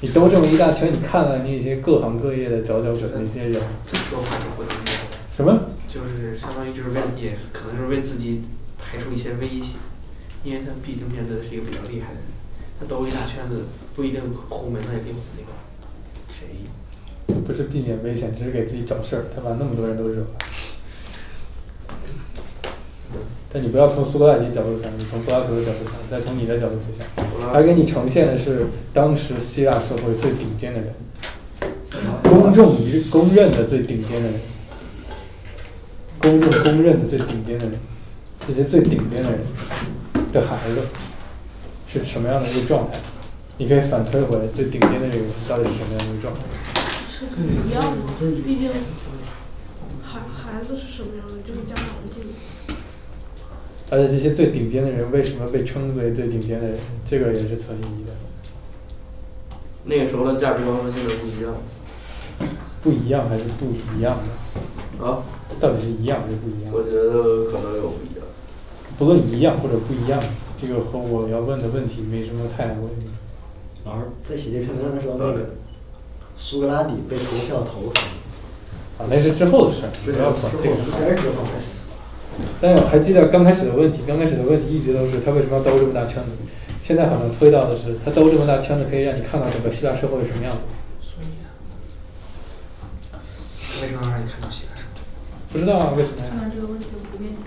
你兜这么一大圈，你看了那些各行各业的佼佼者那些人，这么说话就不能用，什么？就是相当于就是为也是可能是为自己排除一些危险，因为他毕竟面对的是一个比较厉害的人，他兜一大圈子不一定糊门了，也可以糊那个谁。不是避免危险，只是给自己找事儿。他把那么多人都惹了。但你不要从苏格兰的角度想，你从柏拉图的角度想，再从你的角度去想，他给你呈现的是当时希腊社会最顶尖的人，公众一公认的最顶尖的人，公众公认的最顶尖的人，这些最顶尖的人的孩子是什么样的一个状态？你可以反推回来，最顶尖的这个人到底是什么样的一个状态？是一样的，毕竟孩孩子是什么样的，就是家长的定义。而且这些最顶尖的人为什么被称为最顶尖的人？这个也是存疑的，那个时候的价值观和现在不一样。不一样还是不一样的？啊？到底是一样还是不一样？我觉得可能有不一样。不论一样或者不一样，这个和我要问的问题没什么太大关系。老师在写这篇文章的时候，那个苏格拉底被投票投死，啊，那是之后的事儿，不要管这个。但是我还记得刚开始的问题，刚开始的问题一直都是他为什么要兜这么大圈子？现在好像推到的是他兜这么大圈子，可以让你看到整个希腊社会是什么样子。为什么让你看到希腊社不知道啊，为什么呀？看到这个问题就不面前。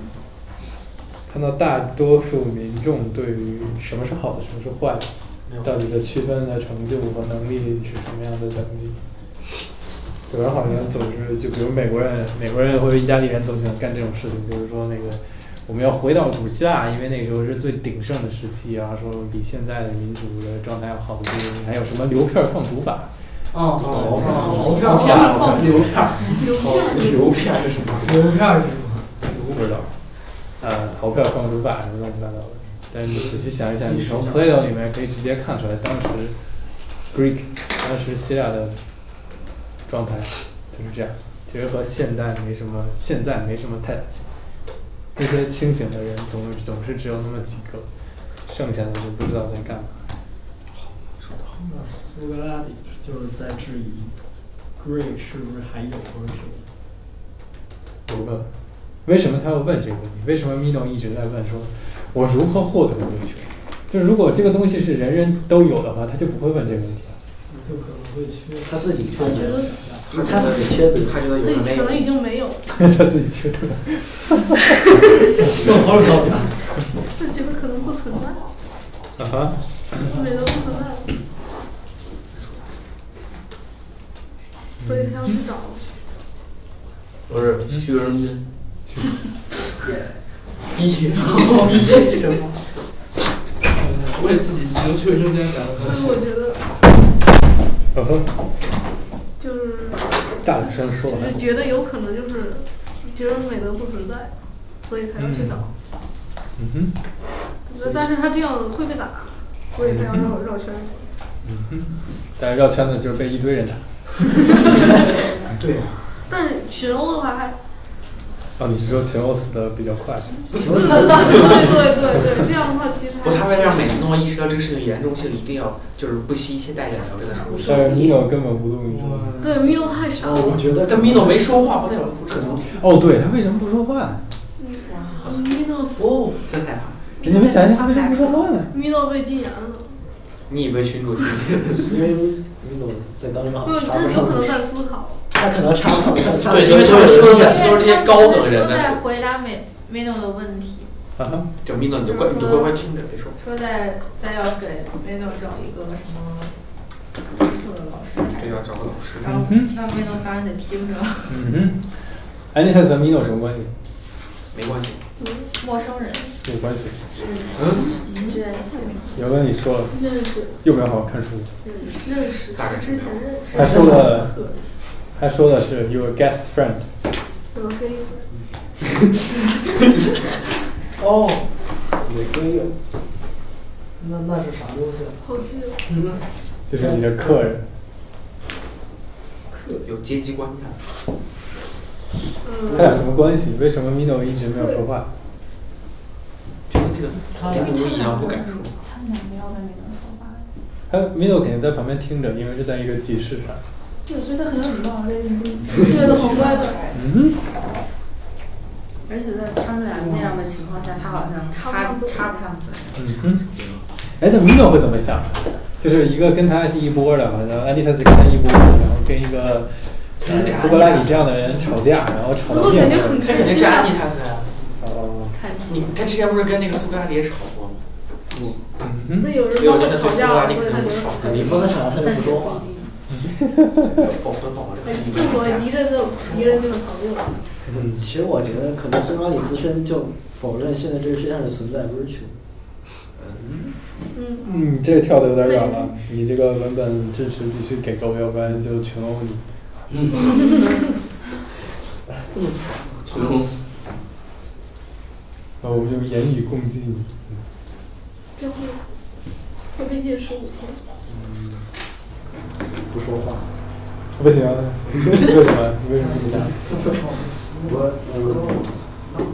看到大多数民众对于什么是好的，什么是坏的，到底的区分的成就和能力是什么样的等级。有人好像总是就比如美国人，美国人或者意大利人总喜欢干这种事情，就是说那个我们要回到古希腊，因为那时候是最鼎盛的时期啊，说比现在的民主的状态要好得多，还有什么流片儿放逐法。哦哦哦流片儿放流片儿流片儿是什么？流片儿是什么？不知道。呃，投票放逐法什么乱七八糟的。但是你仔细想一嗯想，你从 Plato 里面可以直接看出来，当时 Greek，当时希腊的状态就是这样。其实和现代没什么，现在没什么太大区别。那些清醒的人总总是只有那么几个，剩下的就不知道在干嘛。那苏格拉底就是在质疑 Greek 是不是还有或者什么？我问，为什么他要问这个问题？为什么 Mino 一直在问说，我如何获得这个球？就如果这个东西是人人都有的话，他就不会问这个问题了。 你就可能会缺他自己缺我觉得不是他自己缺德，他觉他可能已经没有了，他自己缺德。 多少就觉得可能不存在，啊哈，美德不存在了，所以他要去找。不是去卫生间。一，然后一什么？我也自己能去卫生间感所以觉。我觉得啊哈，就是大声说完就是。觉得有可能就是觉得美德不存在，所以才要去找。嗯哼，那但是他这样会被打，所以才要绕绕圈儿。嗯哼，但是绕圈子就是被一堆人打。对啊呀、但是群殴的话还哦，你是说秦欧死的比较快？求死对对对对，这样的话其实不，还他为了让美诺意识到这个事情严重性，一定要就是不惜一切代价的要跟他说一声。但是 Mino 根本无动于衷。对米诺太傻了。我觉得跟米诺没说话不代表他不知道。哦，对他为什么不说话呢？米诺哦，真害怕！你们想一下，他为什么不说话呢？米诺被禁言了，你以为群主听？因为米诺在当时好没有像插他不上有可能嘴，在思考。他可能插不上嘴，插不上对，因为他们说的问题都是这些高等人说的事在。回答美美诺的问题，啊叫米 诺，你就乖，你就乖乖听着，别说。说在在要给美诺找一个什么。对哎对啊，找个老师。然后嗯那没能咱得听着。 嗯哼，哎，那他咱们有什么关系？没关系。陌生人。有关系。嗯，这样有跟你说了，认识，又不要好好看书，嗯，认识，大概是之前认识。还说了，还说的是 your guest friend。有黑粉。哦，玫瑰有，那那是啥东西啊？好记哦。就是你的客人。有阶级观念。嗯他俩什么关系？为什么 Mino 一直没有说话？就是那个跟你不一样，不敢说。他们俩没有在那能说话。他 Mino 肯定在旁边听着，因为是在一个集市上。我觉得很有礼貌，这这个很怪的。嗯而且在他们俩那样的情况下，他好像插插不上嘴。嗯哼。哎，那 Mino 会怎么想？就是一个跟他是一波的，好像安迪他是跟他一波的，然后跟一个呃苏格拉底这样的人吵架，然后吵到面红。他肯定是安妮塔斯啊。哦。看你他之前不是跟那个苏格拉底也吵过吗？嗯那有人所以帮我觉得我对吵苏架格拉了，底所以肯他定就不爽。你帮他是吵，他就不说话。保和保这个哎一正所谓般敌人的敌人就是朋友。嗯，其实我觉得可能森马里自身就否认现在这个世界上的存在，不是穷。嗯。嗯，这个跳的有点远了。你这个文本支持必须给够，要不然就群殴你。 这么惨。群殴。啊，我们用言语攻击你。这会会被禁十五天。不说话。不行啊， 为什么？为什么不想？我我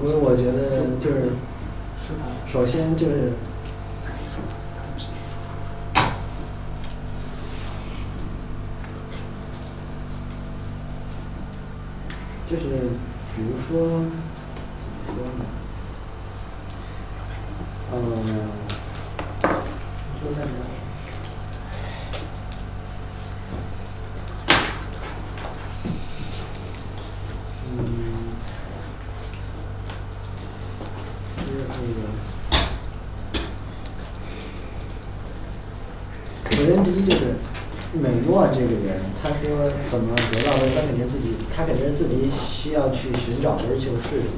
因为我觉得就是，首先就是，就是比如说，怎么说呢？嗯，说干嘛？嗯，就是那个，首先第一就是美诺这个人，他说怎么得到的，他肯定是自己，他肯定是自己需要去寻找而求是什么。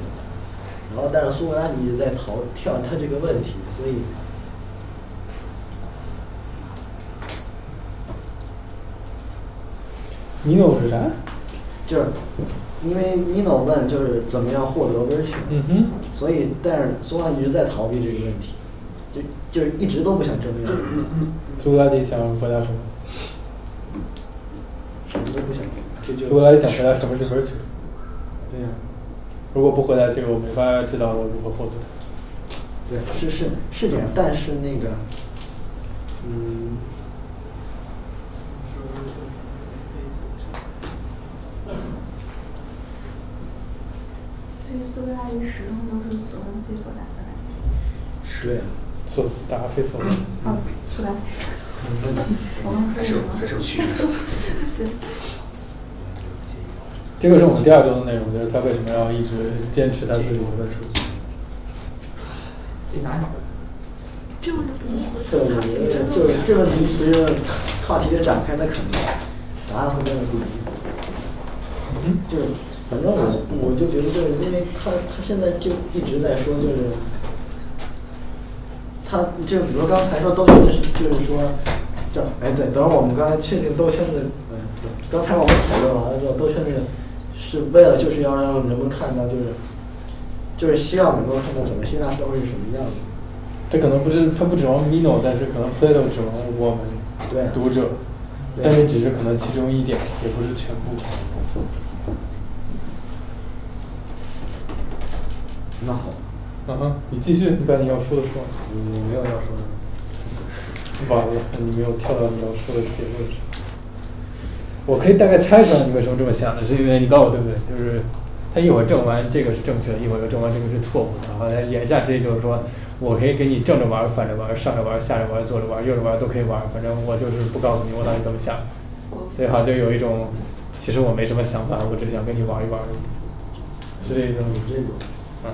然后，但是苏格拉底一直在逃跳他这个问题，所以。你有是啥？就是因为尼诺问就是怎么样获得 virtue，嗯哼，所以但是苏格拉底一直在逃避这个问题，就就是一直都不想正面对，苏格拉底想回答什么？什么都不想，这就苏格拉底想回答什么是 virtue？对呀、如果不回答这个，我没法知道我如何获得。对，是是是这样，但是那个，嗯，所以苏格拉底始终都是所问非所答的来。对呀、所答非 所问。哦，是吧？我刚还才是说什有么还是有区别。对，这个是我们第二周的内容，就是他为什么要一直坚持他自己的问题。得拿这问题这个我觉得就是这问题随着话题的展开，那肯定答案会变得不一样。就是反正我我就觉得，就是因为他他现在就一直在说，就是他就比如刚才说兜圈子，就是说，就哎对，等会儿我们刚才确定兜圈子，嗯，对，刚才我们讨论完了之后，兜圈子是为了就是要让人们看到，就是就是希望能够看到整个希腊社会是什么样子。他可能不是他不指望 Mino，但是可能 Plato 指望我对们读者，对但是只是可能其中一点，也不是全部。那好，嗯哼，你继续，你把你要说的说完。嗯我没有要说的。完了，你没有跳到你要说的结论上。我可以大概猜到你为什么这么想的，是因为你告诉我对不对？就是他一会儿证完这个是正确的，一会儿又证完这个是错误的，然后他言下之意就是说，我可以给你正着玩儿、反着玩儿、上着玩儿、下着玩儿、左着玩儿、右着玩儿都可以玩儿，反正我就是不告诉你我到底怎么想。所以好像就有一种，其实我没什么想法，我只想跟你玩一玩而已，是这意思吗？这种。嗯。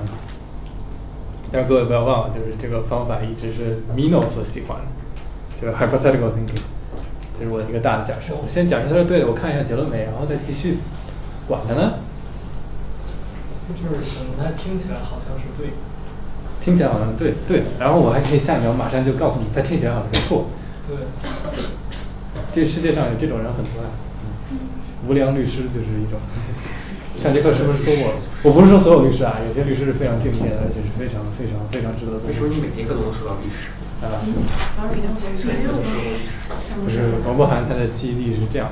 但是各位不要忘了，就是这个方法一直是 Mino 所喜欢的，就是 hypothetical thinking。这是我一个大的假哦设。我先假设它是对的，我看一下结论没，然后再继续，管它呢。就是可能它听起来好像是对的，听起来好像对对，然后我还可以下一秒马上就告诉你，它听起来好像是错。对，这世界上有这种人很多呀、啊嗯无良律师就是一种。 上节课是不是说过？我不是说所有律师啊，有些律师是非常敬业的，而且是非常非常非常值得尊敬的。为什么你每节课都能说到律师？啊、老师每天不是每节课都说到律师。不是王博涵，他的记忆力是这样，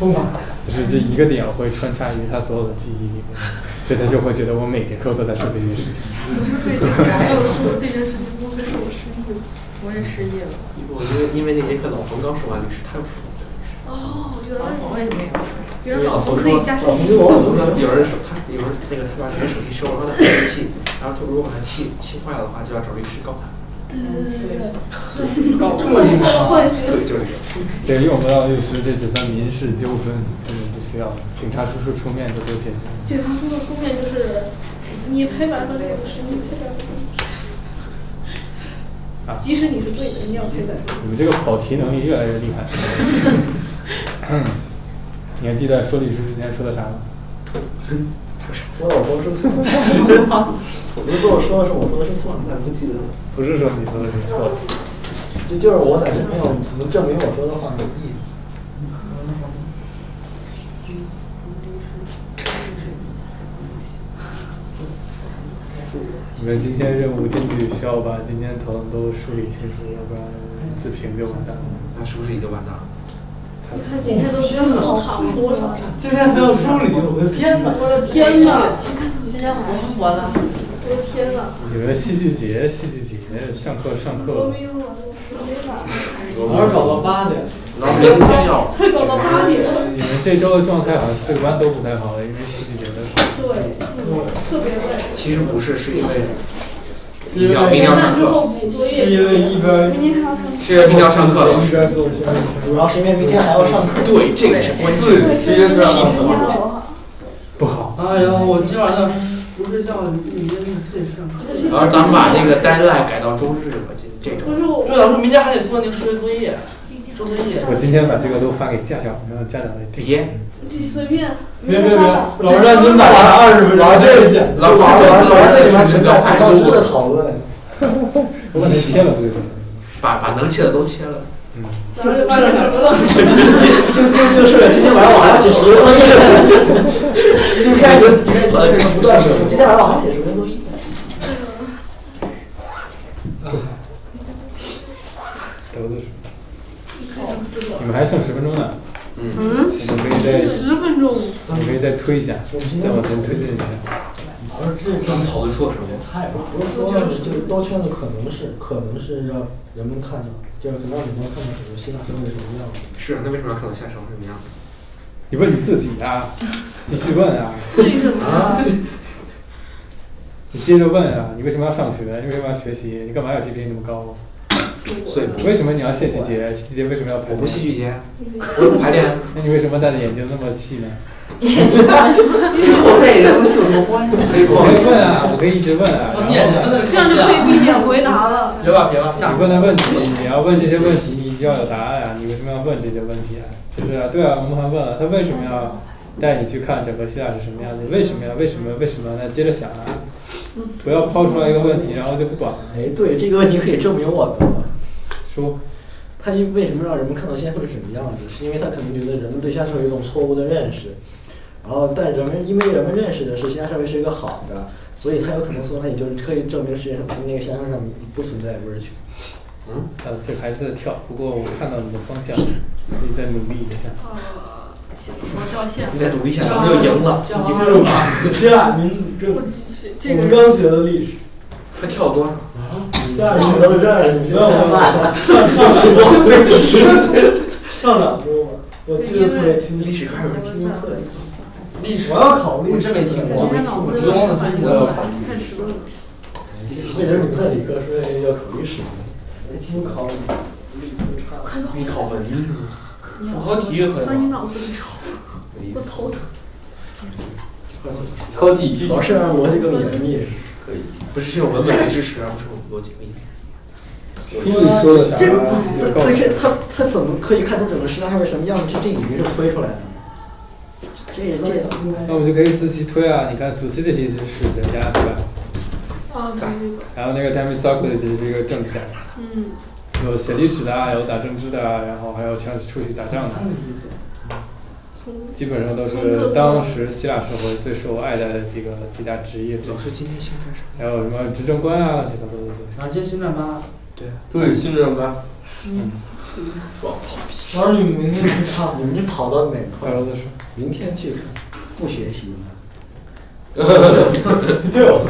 疯狂。就是这一个点会穿插于他所有的记忆里面，所以他就会觉得我每节课都在说这件事情。我就对这个感受说这件事情莫非是我失忆了？我也失忆了。我因为因为那节课老冯刚说完律师，他又说了一次律师。哦，原来我也没有。原来老冯可以加上老冯说，老冯说有人手他有人那个他把别人手机收了，然后他很生气，然后他如果把他气气坏了的话，就要找律师告他。对对对对告这我么厉害啊对，就是这个。这个用不到律师，这只算民事纠纷，根本不需要警察叔叔出面就都解决。警察叔叔出面就是你赔百分之五十，你赔百分之五啊十，即使你是对的，你也要赔百分之你五们这个跑题能力越来越厉 害。嗯你还记得说律师之前说的啥吗？说我说是错的，不是我说的是我说的是错的，不记得了。不是说你说的是错的，就就是我暂时没有能证明我说的话有意义。你们今天任务进去需要把今天讨论都梳理清楚，要不然自评就完蛋了。那是不是已经完蛋了？你看今天都今天都躺了多少？今天没有梳理，我的天哪！我的天哪！今天活不活了？我的天哪！有个戏剧节，戏剧节，上课上我课，没有啊，我是没法。老师搞到八点，老师明天要他搞到八点，你们这周的状态好像四个班都不太好了，因为戏剧节的事。对，特别累。其实不是，是因为是因要为明天要上 课，是因为一边是因为明天要上课了。一边做宣传，主要是因为明天还要上课。对，这个是关键。直接这样子。不好。哎呀，我今晚要不睡觉，明天得上课。然后咱们把那个 deadline 改到周日吧，今这周。对，老师，明天还得做那个数学作业，做作业。我今天把这个都发给家长，然后家长来听。别，你随便。别别别，老师让您买了二十分钟，见。老师老师老师这里面存在太非常多的讨论。我把它切了不就行了？把把能切的都切了。咱们就发点什么了？就就就是今天晚上我还要写数学作业，就开始就开始不断地今天晚上我还写数学作业。都是。你们还剩十分钟呢。嗯你们可以再，十分钟。你可以再推一下，再往前推进一下。老师这咱们讨论说什么？太棒了。我说了，就是多圈子可能是可能是让人们看到，就是可能让你们看到整个希腊社会是什么样的。是啊，那为什么要看到下手是什么样子？你问你自己啊， 继续问啊，这个啊呢？你接着问啊，你为什么要上学？你为什么要学习？你干嘛要 GPA 那么高？啊所以不为什么你要献祭节？戏剧节为什么要排？我不戏剧节，我也不排练。那你为什么戴的眼镜那么细呢？这和外人是有什么关系？所以我说可以问啊，我可以一直问啊。我念着，真的这样就可以避免回答了。别吧别吧，下你问的问题，你要问这些问题，你要有答案啊！你为什么要问这些问题啊？就是啊，对啊，我们还问了他为什么要带你去看整个希腊是什么样子？为什么呀？为什么？为什么？那接着想啊，不要抛出来一个问题，然后就不管了。哎，对这个问题可以证明我们了。说，他因为什么让人们看到现在会是什么样子？是因为他可能觉得人们对现在社会有一种错误的认识，然后但人们因为人们认识的是现在社会是一个好的，所以他有可能从那里就是可以证明世界上那个现象上不存在不是去。嗯，呃，这个还是在跳，不过我看到你的方向，可以再努力一下。呃，我照相。你再努力一下，咱们就赢了。教已经教希腊民主政我治，这我个们刚学的历史，他跳多少？希腊民主政治，你问我上上两周，上两周吧，我记得特别清楚。历史课有人听过课？历史我要考虑，我真没听过，今天脑子有点反应过来，看十个为什么你们在理科说要考虑史？没听考理科差了。你考文艺吗？我和体育很把你脑子里我 头疼。科技老师让我这个能力，啊可以，不是是有文本的支持，而不是我逻辑可以。你说的这不是这是他他怎么可以看出整个师大会是什么样子？就这已经是推出来的。这这那我们就可以自己推啊！你看 Thucydides 是哲家对吧？啊，对对对。然后那个 Themistocles 是一个政治家，嗯，有写历史的啊，有打政治的啊，然后还有像出去打仗的，从基本上都从各是个当时希腊社会最受爱戴的几个几大职业。老师今天想点什么？还有什么执政官啊，乱七八糟的东西。啊，这新转发。对啊。对，新政吧。嗯。爽跑题。老师，你明天去唱，你们这跑到哪块？儿了？明天去看，不学习吗？对哦。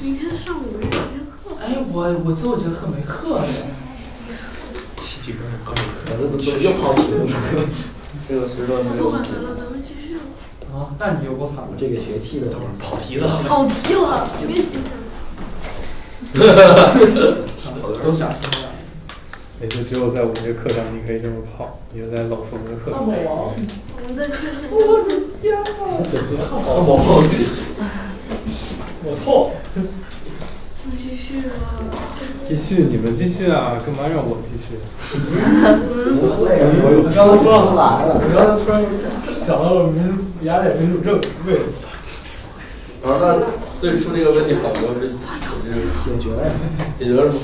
明天上午没有任课。哎，我我最后一节课没课呢。戏剧表演课没课，怎么又跑题了？这个时段没录有完了，咱们继续。啊，那你就够惨了。这个学期的等会儿跑题了。跑题了，别紧张。都想听了。也就只有在我们这课上你可以这么跑，你就在老冯的课。我王，们在听。我的天哪！怎么样王？我操！你继续啊。继续，你们继续啊！干嘛让我继续？不会，我刚刚说不来了。我刚才突然想到了民雅典民主政，为什么？老师，那最初那个问题好多没解决了，解决了吗？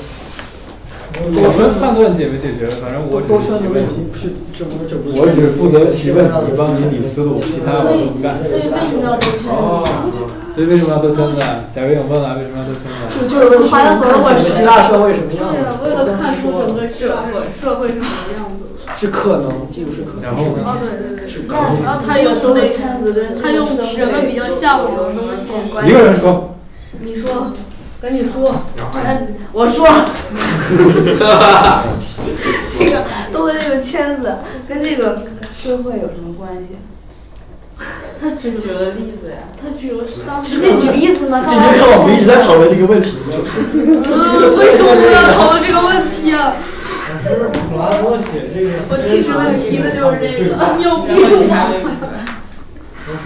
我们判断解没解决，反正我只多是圈提问的问题，不是这不是这不是。我只负责提问题，帮你理思路，其他所我以都不干。所以为什么要多圈哦呢？哦所以为什么要兜圈子啊？贾维勇问了，为什么要兜圈子就啊？就是为了看整个希腊社会什么对样呀，为子，了看出整个社会社会是什么样子的。是可能，这个是可能。然后呢？哦，对对对。那然后他用那圈子跟他用人们比较向往的东嗯西。一个人说，你说，赶紧说。哎嗯，我 说，这个兜的这个圈子跟这个社会有什么关系？他只举了例子呀。他只有当直接举例子吗？这干嘛节？课我们一直在讨论这个问题，嗯，为什么我要讨论这个问题啊？普拉多写这个，我其实问题提的就是这个，你有然后病你还吧？没明白。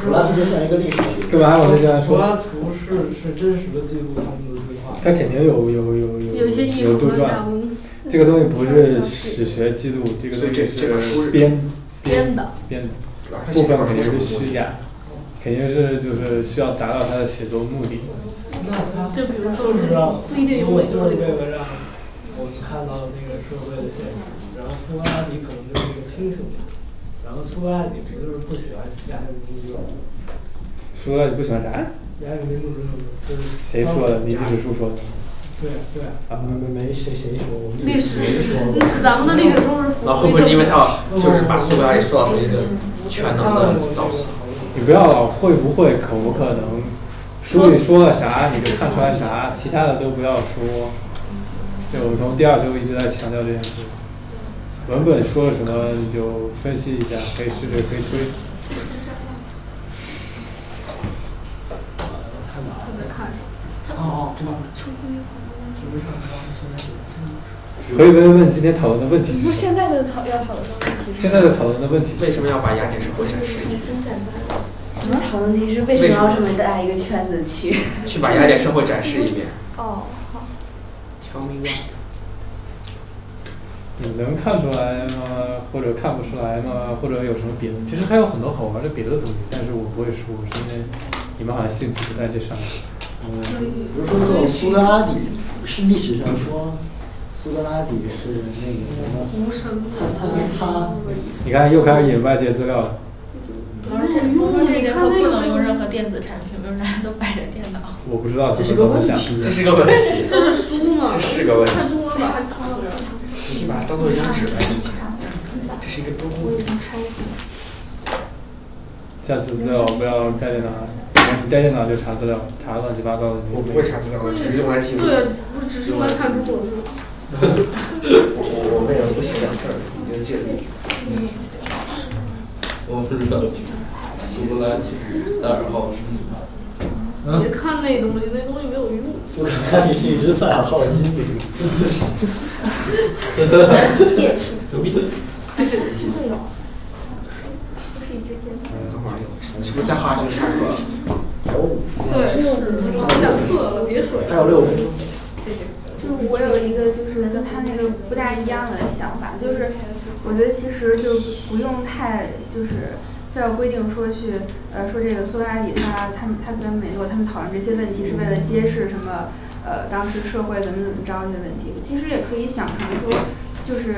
普拉图就像一个历史学干嘛？我在这样柏说，拉图是是真实的记录他们的对话。他肯定有有有有有一些艺有术杜的加撰。工。这个东西不是史学记录，这个所东以这西这本书是编编的编的，老师部写分本肯书什定么是东虚西？假，肯定是就是需要达到他的写作目的。那他就比如说就是让不一定有我美国就是这个为了让我们看到那个社会的现实，然后苏格拉底可能就是一个清醒的人，然后苏格拉底不就是不喜欢雅典民主制吗？说了你不喜欢啥？雅典民主制就是谁说的？你历史书说的。对对啊，啊，没没没谁谁说，我们历史没是说过，咱们的历史书是符那合会不会是因为他要就是把苏格拉底说到成一个全能的造型？你不要老会不会，可不可能，书里说了啥你就看出来啥，其他的都不要说。就我从第二周一直在强调这件事，文本说了什么你就分析一下，可以试着可以推。太难他了。在看什么？哦哦，知道了，重新讨论。只是上高现在可以问问今天讨论的问你题，说现在的讨要讨论的问题现在的讨论的问题为什么要把雅典社会展示一遍？我们讨论题是为什么要这么大一个圈子 去？去把雅典社会展示一遍。哦，好， Tell me why。你能看出来吗？或者看不出来吗？或者有什么别的？其实还有很多好玩的别的东西，但是我不会说，是因为你们好像兴趣不在这上面。嗯，比如说这种苏格拉底是历史上说苏格拉底是那个什么，无声的。他他你看又开始引外界资料了。老师，这不说这节课不能用任何电子产品，为什么大家都摆着电脑？我不知道这这是是个怎问么题想。，这是个问题，这是书吗这？是个问题。看中文把它看了。你可以把它当做一张纸来理解，这是一个多么下次资料不要带电脑，你带电脑就查资料，查乱七八糟的。我不会查资料的，只是用来记录。对，我只是用来看中文。我我为了不写两字儿，已经尽力。我不知道。苏格拉底是三十号是你吗？别看那东西，那东西没有用。苏格拉底是一只赛尔号精灵，牛逼！等会儿，是不是再画就下课了？对，是下课了，别水还有六分钟。就是我有一个就是就是我觉得其实就不用太就是非要规定说去呃说这个苏格拉底他他们他跟美诺他们讨论这些问题是为了揭示什么呃当时社会怎么怎么着一些问题，其实也可以想成说。就是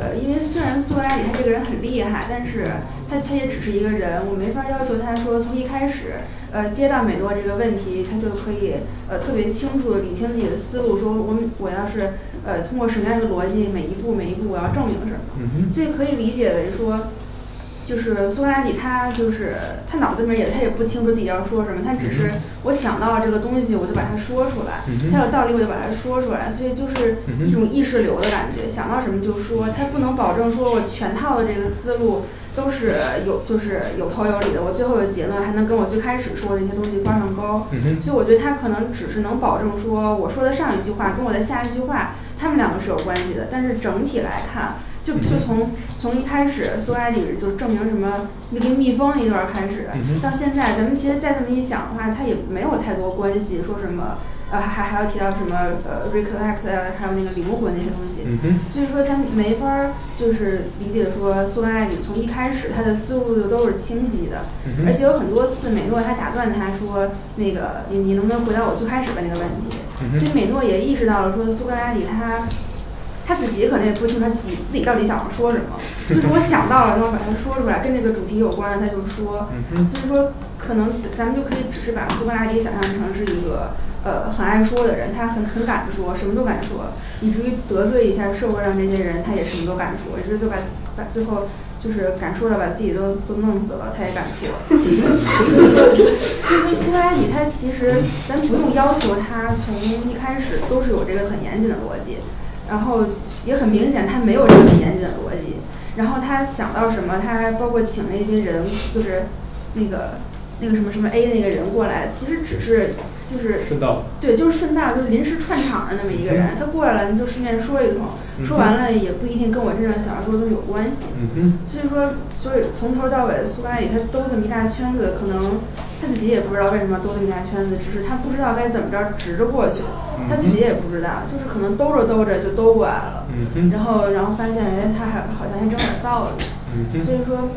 呃，因为虽然苏格拉底他这个人很厉害，但是他他也只是一个人，我没法要求他说从一开始，呃，接到美诺这个问题，他就可以呃特别清楚的理清自己的思路，说我们我要是呃通过什么样一个逻辑，每一步每一步我要证明什嗯么，哼所以可以理解为说。就是苏格拉底，他就是他脑子里面也他也不清楚自己要说什么，他只是我想到这个东西我就把它说出来嗯，哼他有道理我就把它说出来，所以就是嗯哼一种意识流的感觉，想到什么就说，他不能保证说我全套的这个思路都是有就是有头有理的，我最后的结论还能跟我最开始说的那些东西挂上钩嗯，哼所以我觉得他可能只是能保证说我说的上一句话跟我的下一句话，他们两个是有关系的，但是整体来看。就就从从一开始苏格拉底就证明什么那跟蜜蜂那段儿开始嗯，哼到现在咱们其实再这么一想的话，它也没有太多关系，说什么呃还还要提到什么呃 recollect 啊还有那个灵魂那些东西，嗯哼所以说咱没法儿就是理解说苏格拉底从一开始他的思路就都是清晰的，嗯哼而且有很多次美诺还打断他说那个你你能不能回答我最开始的那个问题，嗯哼所以美诺也意识到了说苏格拉底他。他自己可能也不清楚他自己自己到底想要说什么，就是我想到了，然后把它说出来，跟这个主题有关的他就说嗯，哼所以说可能咱咱们就可以只是把苏格拉底想象成是一个呃很爱说的人，他很很敢说，什么都敢说，以至于得罪一下社会上这些人，他也什么都敢说，以至于就把把最后就是敢说的把自己都都弄死了，他也 敢说。所以说，就是苏格拉底他其实咱不用要求他从一开始都是有这个很严谨的逻辑，然后也很明显他没有这个很严谨的逻辑，然后他想到什么，他还包括请了一些人，就是那个那个什么什么 A 那个人过来，其实只是就是顺道对，就是顺道就是临时串场的那么一个人，他过来了你就顺便说一通，说完了也不一定跟我真正想要说的东西有关系。嗯哼所以说，所以从头到尾，苏格拉底他兜这么一大圈子，可能他自己也不知道为什么兜这么一大圈子，只是他不知道该怎么着直着过去，他自己也不知道，就是可能兜着兜着就兜过来了，嗯哼然后然后发现哎，他还好像还真有点道理，嗯哼所以说。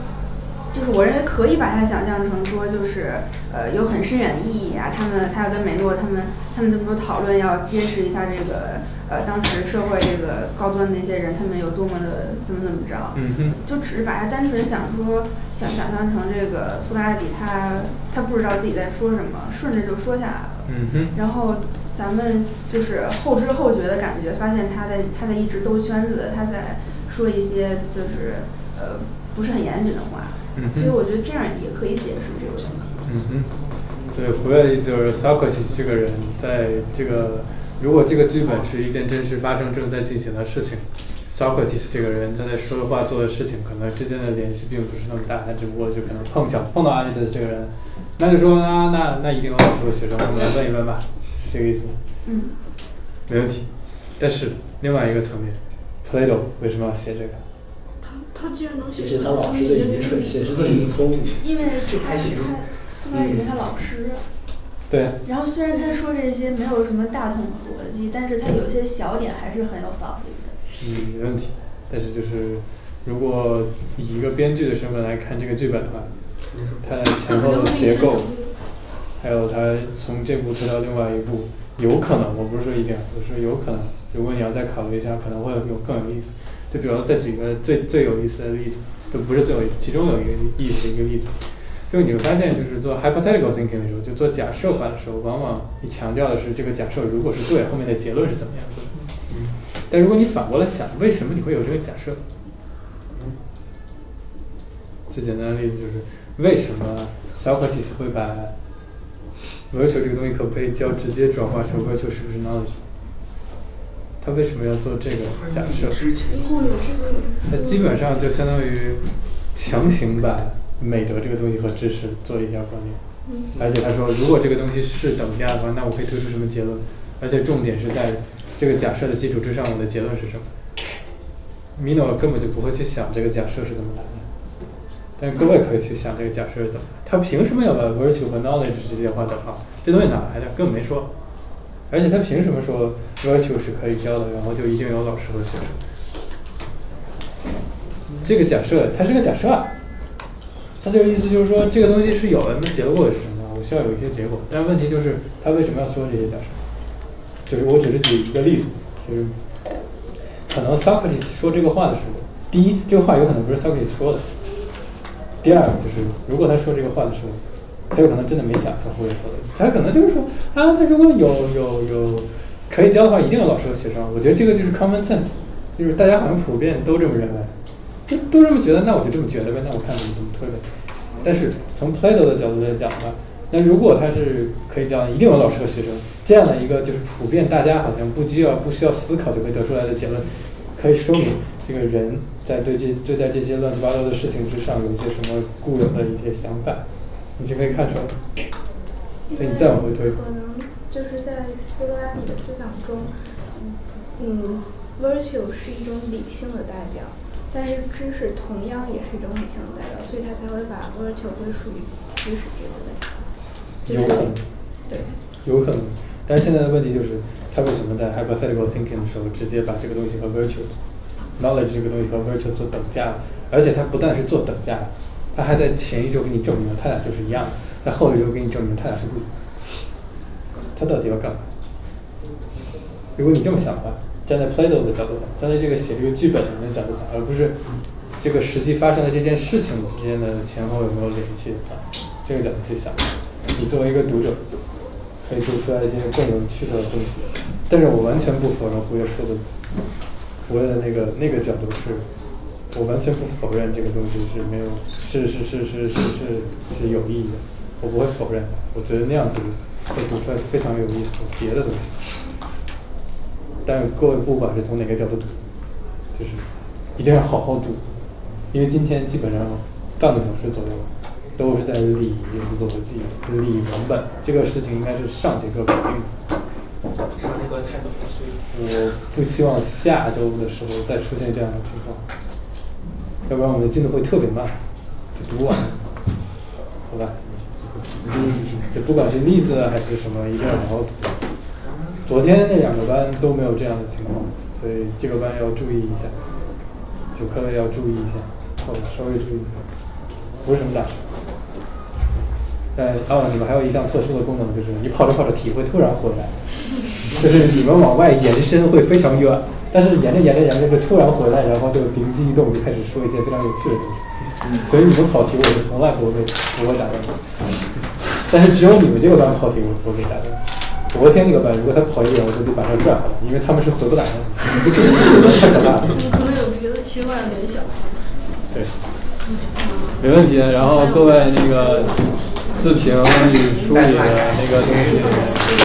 就是我认为可以把它想象成说，就是呃有很深远的意义啊。他们他要跟梅洛他们他们这么多讨论，要揭示一下这个呃当时社会这个高端的那些人，他们有多么的怎么怎么着。嗯哼就只是把它单纯想说想想象成这个苏格拉底他他不知道自己在说什么，顺着就说下来了。嗯哼然后咱们就是后知后觉的感觉，发现他在他在一直兜圈子，他在说一些就是呃不是很严谨的话，嗯哼所以我觉得这样也可以解释这个问题。嗯哼，所以回来的意思就是 Socrates 这个人，在这个如果这个剧本是一件真实发生正在进行的事情，Socrates 这个人他在说的话做的事情，可能之间的联系并不是那么大，他只不过就可能碰巧碰到阿里斯这个人，那就说啊，那那一定有老师的学生，我们来问一问吧，这个意思。嗯。没问题，但是另外一个层面，Plato 为什么要写这个？他居然能这写是出他来老师的愚蠢，显示自己的聪明。因为这还行他苏格拉嗯底是他老师，对，啊然后虽然他说这些没有什么大统的逻辑，但是他有些小点还是很有道理的。嗯，没问题。但是就是，如果以一个编剧的身份来看这个剧本的话，它的前后的结构，还有它从这部推到另外一部，有可能，我不是说一定，啊我是说有可能。如果你要再考虑一下，可能会有更有意思。就比如说再举一个最最有意思的例子，就不是最有意思，其中有一个意思一个例子，就你会发现，就是做 hypothetical thinking 的时候，就做假设法的时候，往往你强调的是这个假设如果是对，后面的结论是怎么样做的。嗯但如果你反过来想，为什么你会有这个假设？最简单的例子就是，为什么 Socrates 会把 virtue 这个东西可不可以教直接转化成 virtue 是不是 knowledge？他为什么要做这个假设？固有这那个基本上就相当于强行把美德这个东西和知识做一下关联。嗯而且他说，如果这个东西是等价的话，那我可以推出什么结论？而且重点是在这个假设的基础之上，我的结论是什么？米诺根本就不会去想这个假设是怎么来的，但各位可以去想这个假设是怎么来的。他凭什么要把 virtue 和 knowledge 直接画等号？这东西哪来的？根本没说。而且他凭什么说 virtue 是可以教的，然后就一定有老师和学生？这个假设，它是个假设啊。它这个意思就是说，这个东西是有的，那结果是什么？我需要有一些结果。但问题就是，他为什么要说这些假设？就是我只是举一个例子，就是可能 Socrates 说这个话的时候，第一，这个话有可能不是 Socrates 说的；第二，就是如果他说这个话的时候，他有可能真的没想 Socrates 说的，他可能就是说啊，他如果有有有可以教的话，一定有老师和学生。我觉得这个就是 common sense，就是大家好像普遍都这么认为。都都这么觉得，那我就这么觉得呗，那我看怎么怎么推呗。但是从 Plato 的角度来讲呢，那如果他是可以讲一定有老师和学生这样的一个就是普遍大家好像不需要不需要思考就可以得出来的结论，可以说明这个人在对这对待这些乱七八糟的事情之上有一些什么固有的一些想法，你就可以看出来。所以你再往回推，可能就是在苏格拉底的思想中，嗯，virtue 是一种理性的代表，但是知识同样也是一种理性的代表，所以他才会把 virtue 归属于知识这个类。有可能，对，有可能。但是现在的问题就是，他为什么在 hypothetical thinking 的时候直接把这个东西和 virtue knowledge 这个东西和 virtue 做等价？而且他不但是做等价，他还在前一周给你证明了他俩就是一样的，在后一周给你证明他俩是不一样的。他到底要干嘛？如果你这么想的话，站在 Plato 的角度想，站在这个写这个剧本的人的角度想，而不是这个实际发生的这件事情之间的前后有没有联系啊，这个角度去想，你作为一个读者，可以读出来一些更有趣的东西。但是我完全不否认胡月说的，胡月的那个那个角度是，我完全不否认这个东西是没有，是是是是是是是有意义的，我不会否认的。我觉得那样读会读出来非常有意思的别的东西。但是各位不管是从哪个角度读，就是一定要好好读，因为今天基本上半个小时左右都是在理逻辑、理文本，这个事情应该是上节课搞定的。上那个太冷了，所以我不希望下周的时候再出现这样的情况，要不然我们的进度会特别慢，就读完了，好吧？嗯，也不管是例子啊还是什么，一定要好好读。昨天那两个班都没有这样的情况，所以这个班要注意一下，九课的要注意一下，好吧，稍微注意一下，不是什么大事。但哦，你们还有一项特殊的功能，就是你跑着跑着体会突然回来，就是你们往外延伸会非常远，但是沿着沿着沿着会突然回来，然后就灵机一动就开始说一些非常有趣的东西。所以你们跑题我是从来不会不会打断的，但是只有你们这个班跑题我不会被打断。昨天那个班，如果他跑一点，我就得把他拽回来，因为他们是回不来的，太可怕了。 可能有别的奇怪的联想。对，没问题。然后各位那个自评与梳理的那个东西。